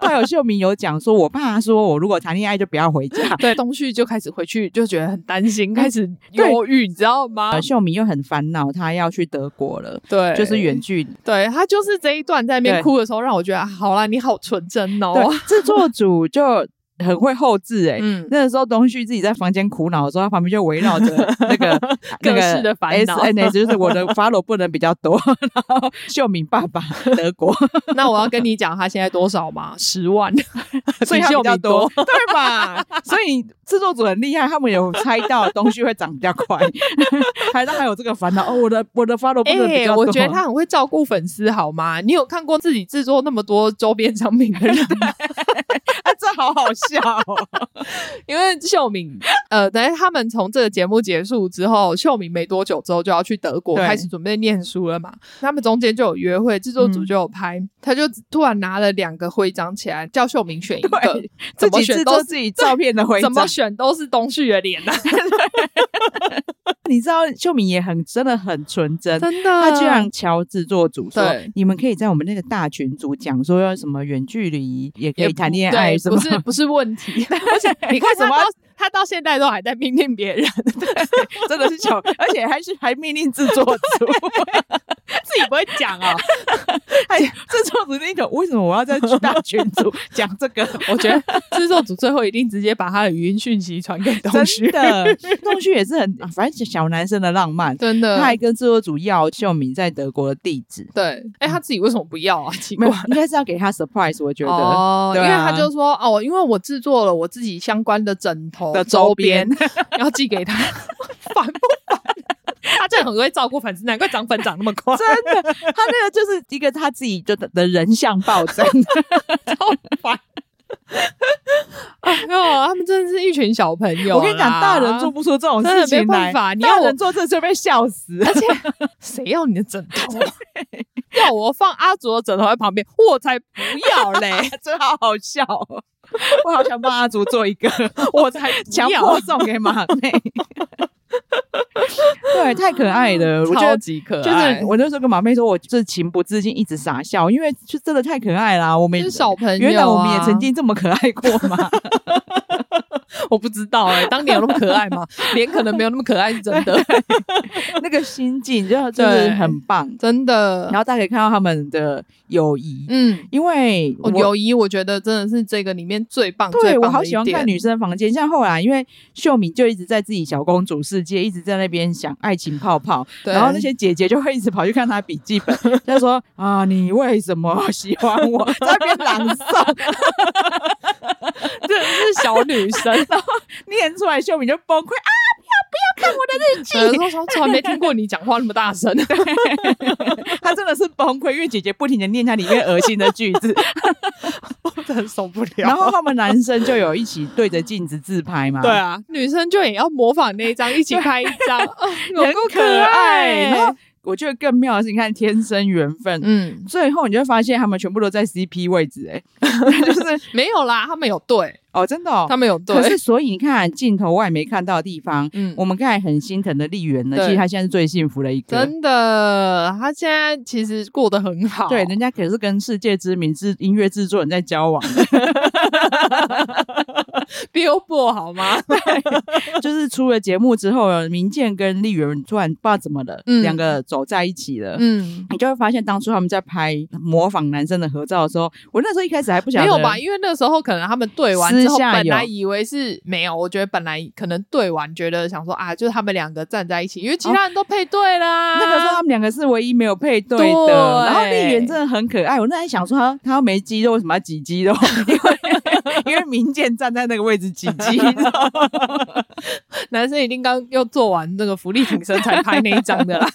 S1: 后来有秀敏有讲说，我爸说我如果谈恋爱就不要回家，
S2: 对，东旭就开始回去就觉得很担心，开始忧郁，你知道吗
S1: 嗯呃，？秀敏又很烦恼，她要去德国了，
S2: 对，
S1: 就是，远距离。
S2: 对他就是这一段在那边
S1: 对
S2: 哭的时候，让我觉得、啊、好啦，你好纯真哦。
S1: 对，制作组就很会后置哎、
S2: 嗯，
S1: 那个时候，东旭自己在房间苦恼的时候，他旁边就围绕着那个 那
S2: 各
S1: 个
S2: 式的烦恼
S1: S N S，就是我的 follow 不能比较多。 然后秀敏爸爸德国，
S2: 那我要跟你讲，他现在多少嘛？十万，
S1: 所以
S2: 比
S1: 他
S2: 秀
S1: 比较
S2: 敏
S1: 多，。对吧？所以制作组很厉害，他们有猜到东旭会长比较快， 还让他有这个烦恼。哦，我的我的 follow 不
S2: 哎、
S1: 能比较多。
S2: 我觉得他很会照顾粉丝，好吗？你有看过自己制作那么多周边商品的人吗？
S1: 啊这好好笑哦。
S2: 因为秀 敏，呃，等下他们从这个节目结束之后，秀敏没多久之后就要去德国
S1: 对
S2: 开始准备念书了嘛。他们中间就有约会，制作组
S1: 嗯
S2: 就有拍，他就突然拿了两个徽章起来，叫秀敏选一个
S1: 对，
S2: 怎
S1: 自
S2: 么
S1: 己
S2: 选
S1: 制
S2: 都
S1: 作
S2: 是
S1: 自己照片的徽
S2: 怎么
S1: 章。
S2: 选都是东旭的脸呐、啊
S1: 你知道秀敏也很真的很纯真，
S2: 真的，
S1: 他居然瞧制作组说
S2: 嗯对，
S1: 你们可以在我们那个大群组讲说要什么远距离也可
S2: 也
S1: 以
S2: 不
S1: 谈恋
S2: 对
S1: 爱，什
S2: 不
S1: 么
S2: 是不是问题， 而且你看
S1: 为什
S2: 他
S1: 么
S2: 到
S1: 要
S2: 他到现在都还在命令别人，
S1: 真的是巧，而且还是还命令制作组，
S2: 自己不会讲啊、
S1: 还制作组那种为什么我要在大群组讲这 个？
S2: 我觉得制作组最后一定直接把他的语音讯息传给东旭
S1: 真，的， 东旭也是很，反正小男生的浪漫。
S2: 真的
S1: 他还跟制作组要秀敏在德国的地址，
S2: 对，哎、他自己为什么不要啊？奇
S1: 没
S2: 怪
S1: 有，，应该是要给他 surprise，我觉得。
S2: 哦，因
S1: 对
S2: 为
S1: 啊
S2: 他就说哦，因为我制作了我自己相关的枕头
S1: 的
S2: 周
S1: 周边
S2: 边， 要寄给他，烦不烦？他真的很会照顾粉丝，难怪涨粉涨那么快，
S1: 真的，他那个就是一个他自己就的的人像暴 增，
S2: 好烦。哎呦，他们 真的是一群小朋友啦。
S1: 我跟你讲，大人做不出这种事情
S2: 真的没办
S1: 来，
S2: 法你要
S1: 大
S2: 我
S1: 人做这就被笑死。
S2: 而且谁要你的枕头？ 要我放阿卓的枕头在旁边，我才不要嘞！
S1: 真好好笑哦、我好想帮阿祖做一 个，我才强迫送给马妹。对，太可爱了，我觉
S2: 啊超
S1: 得。
S2: 级可
S1: 就
S2: 爱，
S1: 是我那时候跟马妹说，我就是情不自禁一直傻笑，因为就真的太可爱啦。我们也
S2: 就是小朋友、啊，
S1: 原来我们也曾，经这么可爱过 嘛。
S2: 我不知道哎、 当年有那么可爱吗？脸可能没有那么可爱，是真的，
S1: 那个心境就真的很棒。
S2: 真的
S1: 然。后大家可以看到他们的友谊，
S2: 嗯，
S1: 因为
S2: 哦
S1: 我
S2: 友谊，我觉得真的是这个里面最棒，
S1: 对
S2: 最
S1: 我
S2: 棒
S1: 好
S2: 的一
S1: 喜欢看
S2: 点。
S1: 女生房间。像后来，因为秀敏就一直在自己小公主世界，一直在那边想爱情泡泡，
S2: 对
S1: 然后那些姐姐就会一直跑去看她笔记 本，就说啊，你为什么喜欢我？在那边朗诵
S2: 真的是小女生，
S1: 念出来，秀敏就崩溃啊！
S2: 有时候从来没听过你讲话那么大声。
S1: 啊她真的是崩溃，因为姐姐不停的念她里面恶心的句 子，
S2: 很受不了
S1: 然后他们男生就有一起对着镜子自拍嘛，
S2: 对啊，女生就也要模仿那一张，一起拍一 张，哦有
S1: 很
S2: 够
S1: 可
S2: 爱。
S1: 然后我觉得更妙的是，你看天生缘分，
S2: 嗯，
S1: 最后你就会发现他们全部都在 CP 位置、欸，哎，就是
S2: 没有啦，他们有对，
S1: 哦，真的、哦，
S2: 他们有
S1: 可
S2: 对
S1: 是，所以你看镜头外没看到的地方，
S2: 嗯，
S1: 我们刚才很心疼的丽媛呢，
S2: 对
S1: 其实她现在是最幸福的一个。
S2: 真哦的，他现在其实过得很好，
S1: 对，人家可是跟世界知名制音乐制作人在交往，
S2: ，Billboard 好吗？
S1: 就是出了节目之后，明健跟丽媛突然不知道怎么了，
S2: 嗯
S1: 两个走在一起了。
S2: 嗯，
S1: 你就会发现，当初他们在拍模仿男生的合照的时候，我那时候一开始还不晓
S2: 没
S1: 得，
S2: 有吧？因为那时候可能他们对完之后，
S1: 私下
S2: 本来
S1: 有
S2: 以为是没有，我觉得本来可能对完觉得想说啊，就是他们两个站在一起，因为其他人都配对啦。
S1: 那个时候他们两个是唯一没有配啊对的，
S2: 对
S1: 然后丽媛真的很可爱。我那还想说她她没肌肉，为什么要挤肌 肉？因为因为明健站在那个位置挤肌 肉，
S2: 男生一定刚又做完那个福利挺身才拍那一张的啦。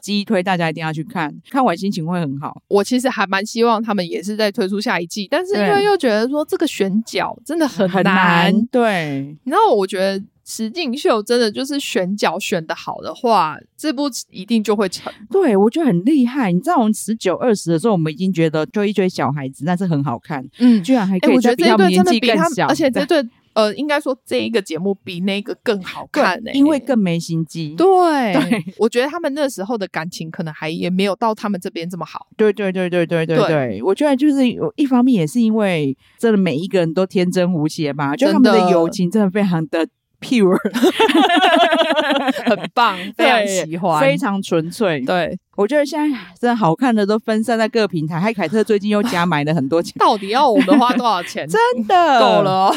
S1: 鸡推大家一定要去看，看完心情会很好。
S2: 我其实还蛮希望他们也是在推出下一季，但是因为
S1: 对
S2: 又觉得说这个选角真的很
S1: 很
S2: 难。
S1: 难，对，
S2: 然后我觉得石敬秀真的就是选角选的好的话，这部一定就会成。
S1: 对我觉得很厉害。你知道，我们十九二十的时候，我们已经觉得追一追小孩子，但是很好看，
S2: 嗯，
S1: 居然还
S2: 哎、
S1: 可以
S2: 我觉
S1: 在
S2: 得
S1: 比
S2: 这一
S1: 他们
S2: 对
S1: 年
S2: 真的
S1: 纪
S2: 比
S1: 更
S2: 他们，
S1: 小，
S2: 而且这
S1: 对
S2: 对呃，应该说这一个节目比那个更好看、欸，
S1: 因为更没心机。
S2: 对
S1: 对
S2: 我觉得他们那时候的感情可能还也没有到他们这边这么 好。
S1: 对对对对对对
S2: 对
S1: 对，我觉得就是有一方面也是因为真的每一个人都天真无邪吧，就他们
S2: 真
S1: 的
S2: 的
S1: 友情真的非常的 pure，
S2: 很棒，非常
S1: 对
S2: 喜欢，
S1: 非常纯粹。
S2: 对。，
S1: 我觉得现在真的好看的都分散在各平台，还凯特最近又加买了很多钱
S2: 到底要我们花多少 钱？
S1: 真的
S2: 够了。哦。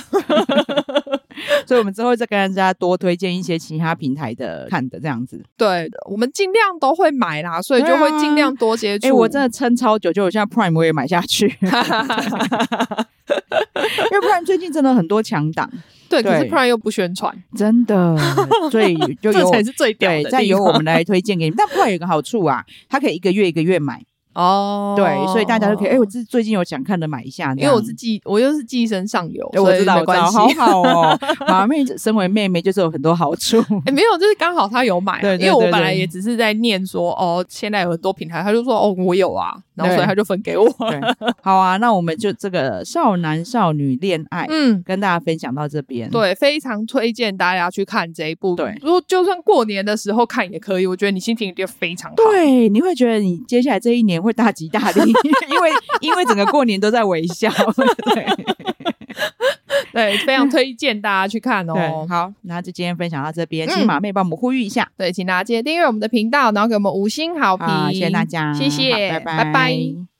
S1: 所以我们之后再跟大家多推荐一些其他平台的看的这样子。
S2: 对，我们尽量都会买啦，所以就
S1: 对啊
S2: 会尽量多接触。
S1: 哎、我真的撑超久，就我现在 Prime 我也买下去， 因为 Prime 最近真的很多强档，
S2: 对，可是
S1: 对
S2: Prime 又不宣传，
S1: 真的，所以就
S2: 这
S1: 有
S2: 才是最屌的地
S1: 对，
S2: 方。
S1: 再由我们来推荐 给你们。但 Prime 有个好处啊，它可以一个月一个月买，
S2: 哦，
S1: 对，所以大家都可以。哎、我自最近有想看的买一下，这
S2: 因为
S1: 样
S2: 我是。寄，我又是寄生上游，
S1: 哎我知道，
S2: 所以
S1: 我
S2: 没
S1: 知道，
S2: 关系。
S1: 好好哦。马妹身为妹妹，就是有很多好处。
S2: 哎，没有，就是刚好他有买啊，
S1: 对对
S2: 因为我
S1: 对
S2: 本来
S1: 对
S2: 也只是在念说，哦，现在有很多平台，他就说，哦，我有啊，然后
S1: 对
S2: 所以他就分给我。
S1: 对，好啊，那我们就这个少男少女恋爱、
S2: 嗯，
S1: 跟大家分享到这边。，
S2: 对，非常推荐大家去看这一部。
S1: 对
S2: 如果就算过年的时候看也可以，我觉得你心情一定非常好。
S1: 对，你会觉得你接下来这一年会大吉大利， 因为因为整个过年都在微笑。 对
S2: 对，非常推荐大家去看 哦
S1: 对，。好，那就今天分享到这边，
S2: 嗯
S1: 请马妹帮我们呼吁一下。
S2: 对，请大家记得订阅我们的频道，然后给我们五星好评，
S1: 好，谢谢大家，
S2: 谢谢，
S1: 好拜
S2: 拜拜